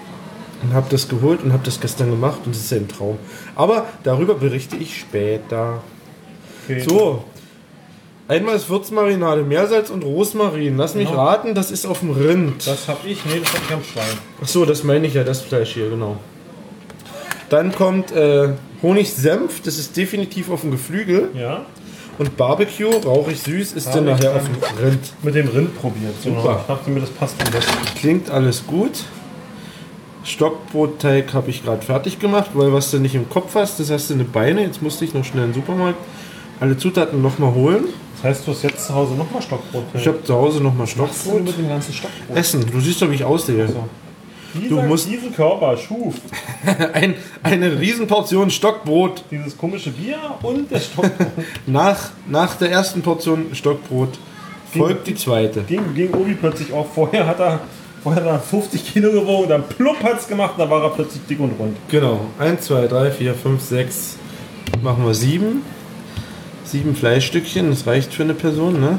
und habe das geholt und habe das gestern gemacht und es ist ja ein Traum. Aber darüber berichte ich später.
Okay.
So. Einmal ist Würzmarinade, Meersalz und Rosmarin. Lass mich
Genau.
raten, das ist auf dem Rind.
Das hab ich, nee, das hab ich am Schwein.
Ach so, das meine ich ja, das Fleisch hier, genau. Dann kommt äh, Honigsenf, das ist definitiv auf dem Geflügel.
Ja?
Und Barbecue, rauchig süß, ist dann nachher auf dem Rind.
Mit dem Rind probiert.
Super.
Genau. Ich dachte mir, das passt am besten.
Klingt alles gut. Stockbrotteig habe ich gerade fertig gemacht, weil was du nicht im Kopf hast, das hast du in den Beine. Jetzt musste ich noch schnell in den Supermarkt alle Zutaten nochmal holen.
Das heißt, du hast jetzt zu Hause nochmal Stockbrot.
Ich habe zu Hause nochmal Stockbrot.
mit dem ganzen Stockbrot.
Essen, du siehst doch, wie ich aussehe.
Dieser,
Du musst-
diesen Körper, Schuf,
Ein, eine Riesenportion Stockbrot
dieses komische Bier und das Stockbrot.
Nach, nach der ersten Portion Stockbrot folgt die zweite.
<laughs> ging, ging Obi plötzlich auch. Vorher hat er, vorher hat er 50 Kilo gewogen, dann plupp hat's gemacht, dann war er plötzlich dick und rund.
Genau. 1, 2, 3, 4, 5, 6. Machen wir 7. 7 Fleischstückchen, das reicht für eine Person, ne?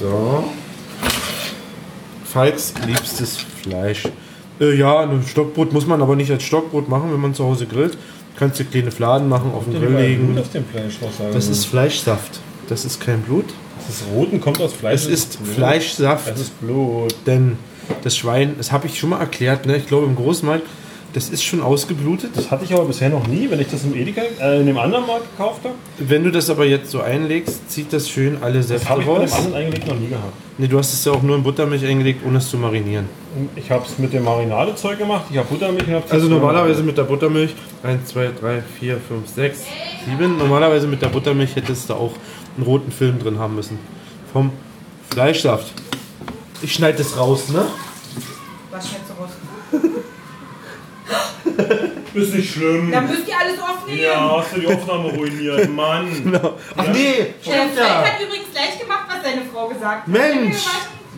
So. Falks liebstes Fleisch. Äh, ja, ein Stockbrot muss man aber nicht als Stockbrot machen, wenn man zu Hause grillt. Kannst du kleine Fladen machen, auf den Grill
Blut
legen.
auf dem Fleisch, muss ich sagen.
Das ist Fleischsaft. Das ist kein Blut.
das Roten kommt aus Fleisch.
Also, Es ist Fleischsaft.
Das ist Blut.
Denn das Schwein, das habe ich schon mal erklärt, ne? ich glaube im Großmarkt, das ist schon ausgeblutet.
Das hatte ich aber bisher noch nie, wenn ich das im Edeka, äh, in dem anderen Markt gekauft habe.
Wenn du das aber jetzt so einlegst, zieht das schön alle
Das
Säfte
habe ich bei dem
raus.
anderen eigentlich noch nie gehabt.
Nee, du hast es ja auch nur in Buttermilch eingelegt, ohne es zu marinieren.
Ich habe es mit dem Marinadezeug gemacht, ich habe Buttermilch und hab's
Also
jetzt-
normalerweise mit der Buttermilch, 1, 2, 3, 4, 5, 6, 7. Normalerweise mit der Buttermilch hättest du auch einen roten Film drin haben müssen. Vom Fleischsaft. Ich schneide das raus, ne?
Was schätzt du raus?
Ist nicht schlimm.
Dann müsst ihr alles aufnehmen.
Ja, hast du die Aufnahme
<laughs>
ruiniert, Mann.
Ach nee,
Der
stimmt
Frank
ja.
Äh, hat übrigens gleich gemacht, was seine Frau gesagt hat.
Mensch!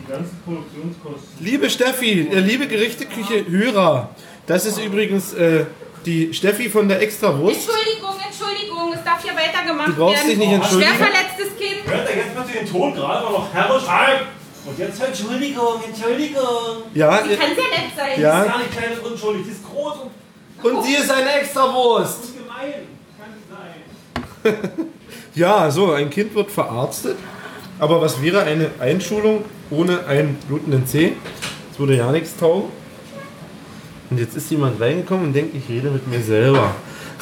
Die ganzen Produktionskosten.
Liebe Steffi, äh, liebe Gerichteküche Hörer, das ist übrigens äh, die Steffi von der Extrawurst.
Entschuldigung, Entschuldigung, es darf hier weitergemacht
Du brauchst
werden.
dich nicht entschuldigen.
Schwer verletztes Kind.
Hört ihr jetzt bitte den Ton gerade noch herrisch? Halt!
Und jetzt Entschuldigung, Entschuldigung.
Ja,
Sie
äh,
kann sehr nett sein.
Das ist
ja.
gar nicht klein und unschuldig, die ist groß und
Und sie ist eine Extrawurst.
gemein. Kann nicht sein.
Ja, so, ein Kind wird verarztet. Aber was wäre eine Einschulung ohne einen blutenden Zeh? Es würde ja nichts taugen. Und jetzt ist jemand reingekommen und denkt, ich rede mit mir selber.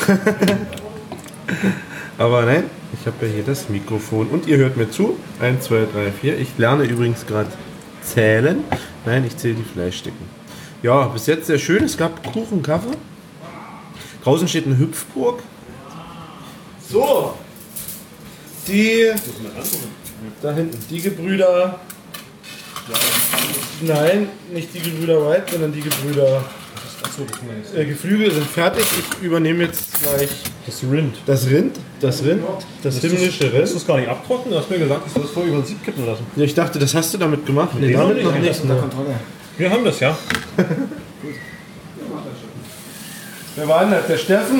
<laughs> Aber nein, ich habe ja hier das Mikrofon. Und ihr hört mir zu. 1, 2, 3, 4. Ich lerne übrigens gerade zählen. Nein, ich zähle die Fleischstücken. Ja, bis jetzt sehr schön. Es gab Kuchen, Kaffee. Draußen steht eine Hüpfburg. So, die. Da hinten. Die Gebrüder. Nein, nicht die Gebrüder Weit, sondern die Gebrüder. Äh, Geflügel sind fertig. Ich übernehme jetzt gleich
Das Rind.
das Rind. Das Rind. Das himmlische
Willst du
Rind.
es gar nicht abtrocknen? Du hast mir gesagt, ich soll es vorher über den Sieb kippen lassen.
Ja, ich dachte, das hast du damit gemacht. Nee,
dem
damit
noch
noch nicht. ne.
Wir haben das ja.
Wer war denn das? Der Steffen?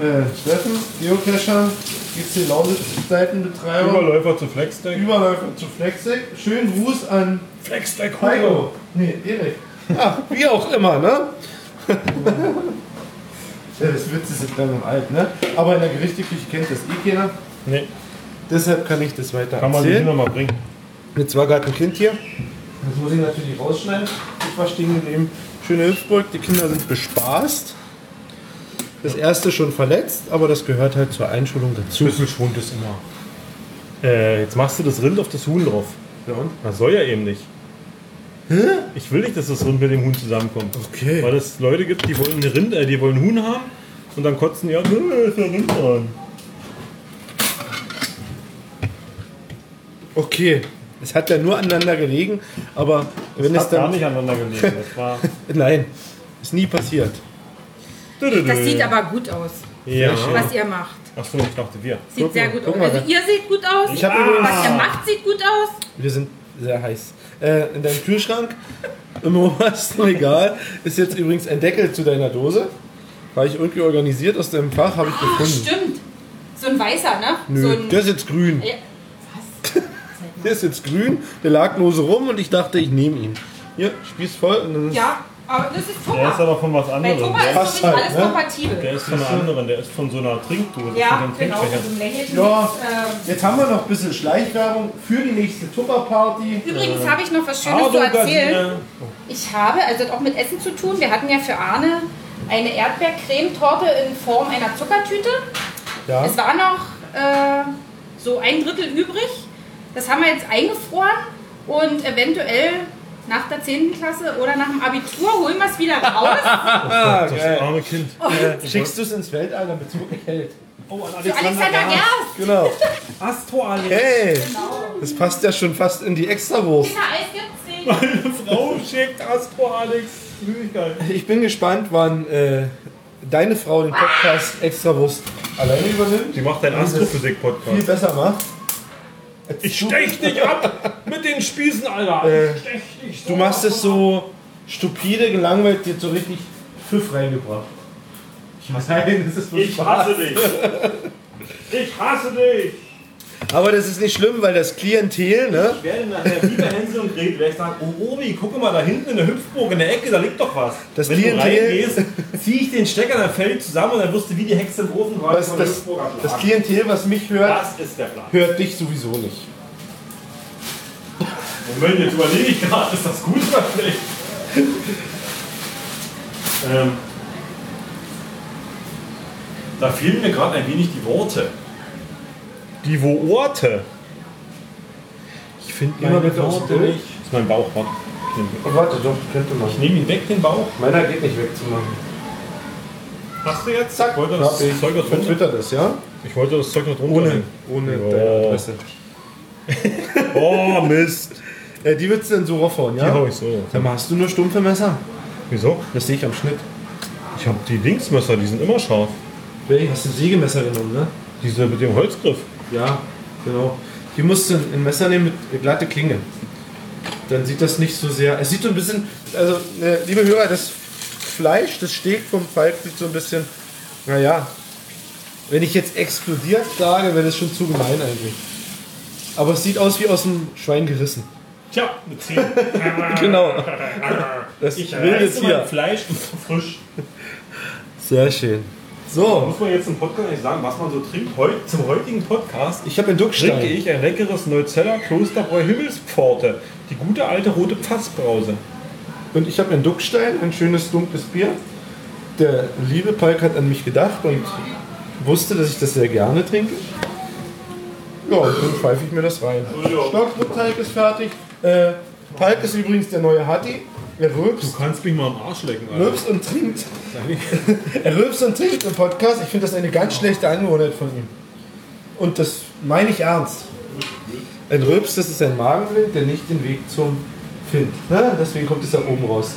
Äh, Steffen, Geocacher, GC Lausitz-Seitenbetreiber,
Überläufer zu Flexdeck.
Überläufer zu Flexig. Schönen Gruß an
Flexdeck
Heiko. Nee, Erik. Ja, wie auch immer, ne? <laughs> Ja, das Witz ist jetzt lang und alt, ne? Aber in der Gerichteküche kennt das eh keiner.
Nee,
Deshalb kann ich das weiter
kann man sich
erzählen.
nochmal bringen.
Jetzt war gerade ein Kind hier. Das muss ich natürlich rausschneiden. Ich war stehen geblieben. Schöne Hüpfburg, die Kinder sind bespaßt. Das erste schon verletzt, aber das gehört halt zur Einschulung dazu.
Bisschen Schwund ist immer. Äh, jetzt machst du das Rind auf das Huhn drauf.
Ja, und?
Das soll ja eben nicht. Hä? Ich will nicht, dass das Rind mit dem Huhn zusammenkommt.
Okay.
Weil es Leute gibt, die wollen Rind, äh, die wollen Huhn haben und dann kotzen die an, "Äh, ist ja Rind dran.
Okay. Es hat ja nur aneinander gelegen, aber wenn es
Hat gar
dann.
nicht aneinander gelegen. Das war.
Nein, ist nie passiert.
Das sieht aber gut aus,
<laughs> ja.
was ihr macht.
Achso, ich dachte wir.
Sieht
Guck
sehr
mal,
gut
guck
aus.
mal,
Also
da-
ihr seht gut aus.
Ich habe übrigens.
was ihr macht, sieht gut aus.
Wir sind sehr heiß. Äh, in deinem Kühlschrank, im obersten Regal, ist jetzt übrigens ein Deckel zu deiner Dose. War ich irgendwie organisiert aus deinem Fach, habe ich
Ach,
gefunden.
Ah, stimmt. So ein weißer, ne?
Nö,
So ein,
der ist jetzt grün.
ja.
<laughs> Der ist jetzt grün, der lag nur so rum und ich dachte, ich nehme ihn. Hier, spieß voll und dann ist
ja, aber das ist
Der ist
Thomas.
aber von was
Bei
anderem.
Thomas ist
Passt
wirklich
halt,
alles
ne?
kompatibel.
Der ist von einer anderen, der ist von so einer Trinkdose.
Ja,
von so einem
genau.
Trinkbecher.
So ein lächelnden
Ja.
ähm,
Jetzt haben wir noch ein bisschen Schleichwerbung für die nächste Tupper-Party.
Äh.
Übrigens habe ich noch was
Ah,
Schönes zu erzählen. Ich habe, also hat auch mit Essen zu tun, wir hatten ja für Arne eine Erdbeercremetorte in Form einer Zuckertüte.
Ja.
Es war noch äh, so ein Drittel übrig. Das haben wir jetzt eingefroren und eventuell nach der 10. Klasse oder nach dem Abitur holen wir es wieder raus.
Das arme Kind.
Und
Schickst du es ins Weltall, damit es wirklich hält?
für Alexander Gerst.
Genau. Hey, das passt ja schon fast in die Extrawurst.
Kinder, Eis gibt's nicht.
Frau schickt Astro Alex Süßigkeiten.
Ich bin gespannt, wann äh, deine Frau den Podcast Extrawurst alleine übernimmt.
Die macht einen
Viel
Astrophysik-Podcast.
besser macht.
Ich stech dich ab mit den Spießen, Alter.
Äh, Du machst es so stupide, gelangweilt, dir so richtig Pfiff reingebracht. Nein, das ist
Ich hasse dich. Ich hasse dich.
Aber das ist nicht schlimm, weil das Klientel, ne?
Ich werde nachher wie bei Hänsel und Gretel, werde ich sagen, oh Obi, guck mal da hinten in der Hüpfburg in der Ecke, da liegt doch was.
Das
Wenn du
Klientel-
reingehst, ziehe ich den Stecker, dann fällt die zusammen und dann wirst du wie die Hexe im Ofen gerade
Das,
von der
das,
Hüpfburg
das
abschlagen.
Klientel, was mich hört,
Das ist der Plan.
hört dich sowieso nicht.
Moment, jetzt überlege ich gerade, ist das gut oder schlecht? ähm, da fehlen mir gerade ein wenig die Worte. Die Worte?
Ich finde immer bitte aus dem Bild.
Das ist mein Bauch, warte. Ich nehme-
Oh, warte, doch, könnte man.
Ich nehme ihn weg, den Bauch.
Meiner geht nicht wegzumachen.
Hast du jetzt?
Zack,
ich wollte das
hab ich.
Zeug noch drunter.
Vertwitter das, ja?
Ich wollte das Zeug noch drunter.
Ohne,
nehmen.
ohne
Ja.
deine Adresse.
Oh, Mist.
Äh, die willst du denn so raufhauen,
Die
ja?
hau ich so.
Dann hast du nur stumpfe Messer.
Wieso?
Das sehe ich am Schnitt.
Ich habe die Linksmesser, die sind immer scharf.
Welche? Hast du ein Sägemesser genommen, ne?
Diese mit dem Holzgriff.
Ja, genau. Hier musst du ein Messer nehmen mit glatte Klinge. Dann sieht das nicht so sehr. Es sieht so ein bisschen. Also, äh, liebe Hörer, das Fleisch, das Steak vom Falk sieht so ein bisschen. Naja. Wenn ich jetzt explodiert sage, wäre das schon zu gemein eigentlich. Aber es sieht aus wie aus dem Schwein gerissen.
Tja, beziehen.
<laughs> Genau. Das
Ich
will jetzt
reiße mein
hier.
Fleisch frisch.
Sehr schön. So,
Muss man jetzt im Podcast nicht sagen, was man so trinkt? Heu zum heutigen Podcast
ich habe einen Duckstein.
trinke ich ein leckeres Neuzeller Klosterbräu Himmelspforte. Die gute alte rote Pfassbrause.
Und ich habe einen Duckstein, ein schönes dunkles Bier. Der liebe Palk hat an mich gedacht und wusste, dass ich das sehr gerne trinke. Ja, und dann pfeife ich mir das rein. Stockbrotteig ist fertig. Äh, Palk ist übrigens der neue Hatti. Er rülpst,
kannst mich mal am Arsch lecken, Alter.
rülpst und trinkt. <laughs> er rülpst und trinkt im Podcast. Ich finde das eine ganz schlechte Angewohnheit von ihm. Und das meine ich ernst. Ein Rülps, das ist ein Magenwind, der nicht den Weg zum Find. Ne? Deswegen kommt es da oben raus.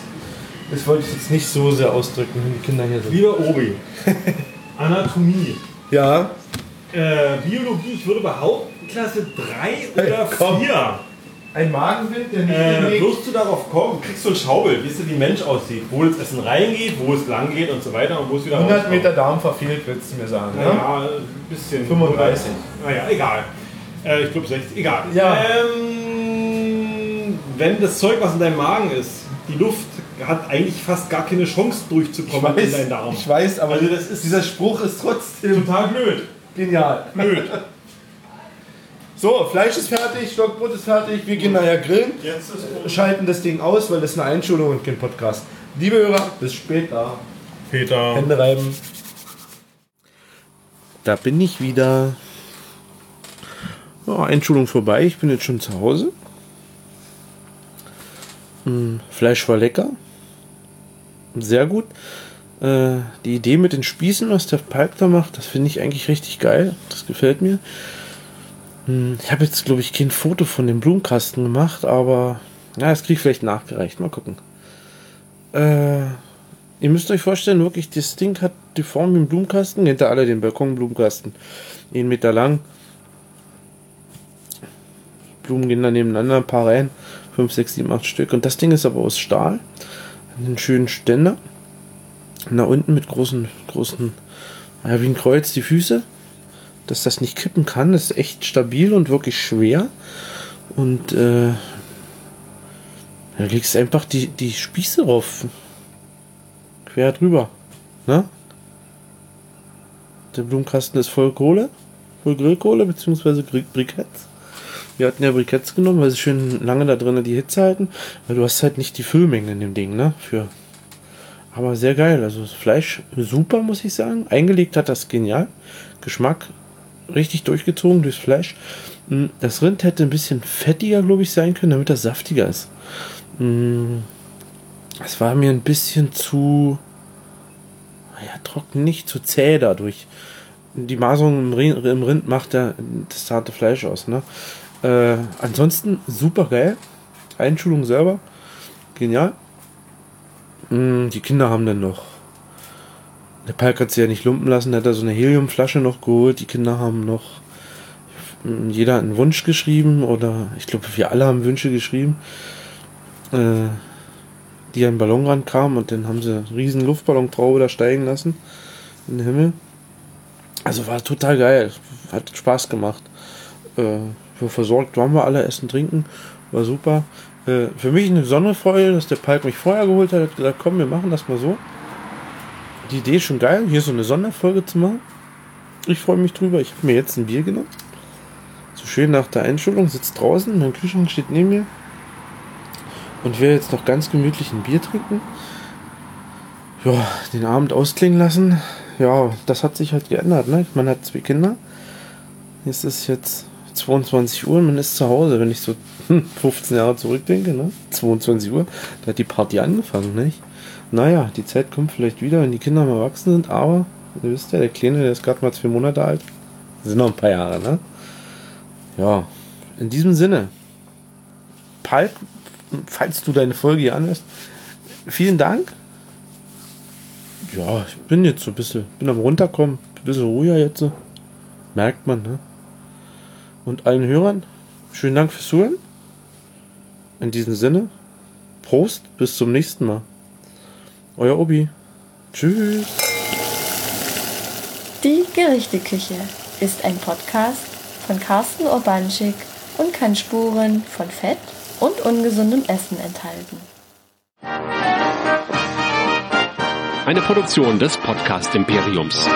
Das wollte ich jetzt nicht so sehr ausdrücken, wenn die Kinder hier sind.
Lieber Obi, <laughs> Anatomie,
Ja,
äh, Biologie, ich würde behaupten, Klasse 3
Hey,
oder
komm.
4.
ein Magenwind, der nicht den
Äh,
Weg...
wirst du darauf kommen, kriegst du ein Schaubel, wie es wie ein Mensch aussieht, wo das Essen reingeht, wo es lang geht und so weiter und wo es wieder
100
rauskommt.
Meter Darm verfehlt, willst du mir sagen. Ne?
Ja, ein bisschen.
35.
Naja, egal. Äh, ich glaube 60, egal.
Ja.
Ähm, wenn das Zeug, was in deinem Magen ist,
die Luft hat eigentlich fast gar keine Chance durchzukommen in deinen Darm.
ich weiß, aber
Also das ist-
dieser Spruch ist trotzdem
Total blöd.
genial.
Blöd.
So, Fleisch ist fertig, Stockbrot ist fertig, wir gehen nachher grillen,
Jetzt ist
schalten das Ding aus, weil das ist eine Einschulung und kein Podcast. Liebe Hörer, bis später.
Peter.
Hände reiben.
Da bin ich wieder. Ja, Einschulung vorbei. Ich bin jetzt schon zu Hause. Hm, Fleisch war lecker. Sehr gut. Äh, die Idee mit den Spießen, was der Pipe da macht, das finde ich eigentlich richtig geil. Das gefällt mir. Hm, ich habe jetzt, glaube ich, kein Foto von dem Blumenkasten gemacht, aber ja, das kriege ich vielleicht nachgereicht. Mal gucken. Äh, Ihr müsst euch vorstellen, wirklich, das Ding hat die Form wie ein Blumenkasten. Kennt ihr alle den Balkonblumenkasten? Einen Meter lang. Blumen gehen da nebeneinander, ein paar rein. 5, 6, 7, 8 Stück. Und das Ding ist aber aus Stahl. Hat einen schönen Ständer. Und da unten mit großen, großen, ja, wie ein Kreuz die Füße. Dass das nicht kippen kann, ist echt stabil und wirklich schwer. Und äh, da legst einfach die, die Spieße rauf quer drüber. Ne? Der Blumenkasten ist voll Kohle, voll Grillkohle, beziehungsweise Gri- Briketts. Wir hatten ja Briketts genommen, weil sie schön lange da drinnen die Hitze halten. Weil du hast halt nicht die Füllmenge in dem Ding, ne? Für. Aber sehr geil. Also das Fleisch super, muss ich sagen. Eingelegt hat das genial. Geschmack richtig durchgezogen durchs Fleisch. Mm, Das Rind hätte ein bisschen fettiger, glaube ich, sein können, damit das saftiger ist. Mm, Es war mir ein bisschen zu ah ja, trocken nicht, zu zäh dadurch. Die Maserung im, Ri- im Rind macht ja das zarte Fleisch aus. Ne? Äh, ansonsten super geil. Einschulung selber. Genial. Mm, die Kinder haben dann noch. Der Palk hat sie ja nicht lumpen lassen, der hat da so eine Heliumflasche noch geholt. Die Kinder haben noch. mm, Jeder hat einen Wunsch geschrieben oder ich glaube, wir alle haben Wünsche geschrieben. Äh, die an den Ballon rankamen und dann haben sie einen riesen Luftballontraube da steigen lassen in den Himmel. Also war total geil, hat Spaß gemacht. Äh, wir versorgt waren wir alle, essen, trinken, war super. Äh, für mich eine Sonderfreude, dass der Palk mich vorher geholt hat, hat gesagt, komm, wir machen das mal so. Die Idee ist schon geil, hier so eine Sonderfolge zu machen. Ich freue mich drüber, ich habe mir jetzt ein Bier genommen. So schön nach der Einschulung, sitzt draußen, mein Kühlschrank steht neben mir und will jetzt noch ganz gemütlich ein Bier trinken. Ja, den Abend ausklingen lassen. Ja, das hat sich halt geändert. Ne? Man hat zwei Kinder. Es ist jetzt 22 Uhr und man ist zu Hause, wenn ich so <laughs> 15 Jahre zurückdenke. Ne? 22 Uhr, da hat die Party angefangen, nicht? Naja, die Zeit kommt vielleicht wieder, wenn die Kinder mal erwachsen sind, aber ihr wisst ja, der Kleine, der ist gerade mal zwei Monate alt. Sind noch ein paar Jahre, ne? Ja, in diesem Sinne. Palk, falls du deine Folge hier anhörst, vielen Dank. Ja, ich bin jetzt so ein bisschen, bin am runterkommen, ein bisschen ruhiger jetzt. so. Merkt man, ne? Und allen Hörern, schönen Dank fürs Zuhören. In diesem Sinne, Prost, bis zum nächsten Mal. Euer Obi. Tschüss.
Die Gerichteküche ist ein Podcast von Carsten Urbanschik und kann Spuren von Fett und ungesundem Essen enthalten.
Eine Produktion des Podcast Imperiums.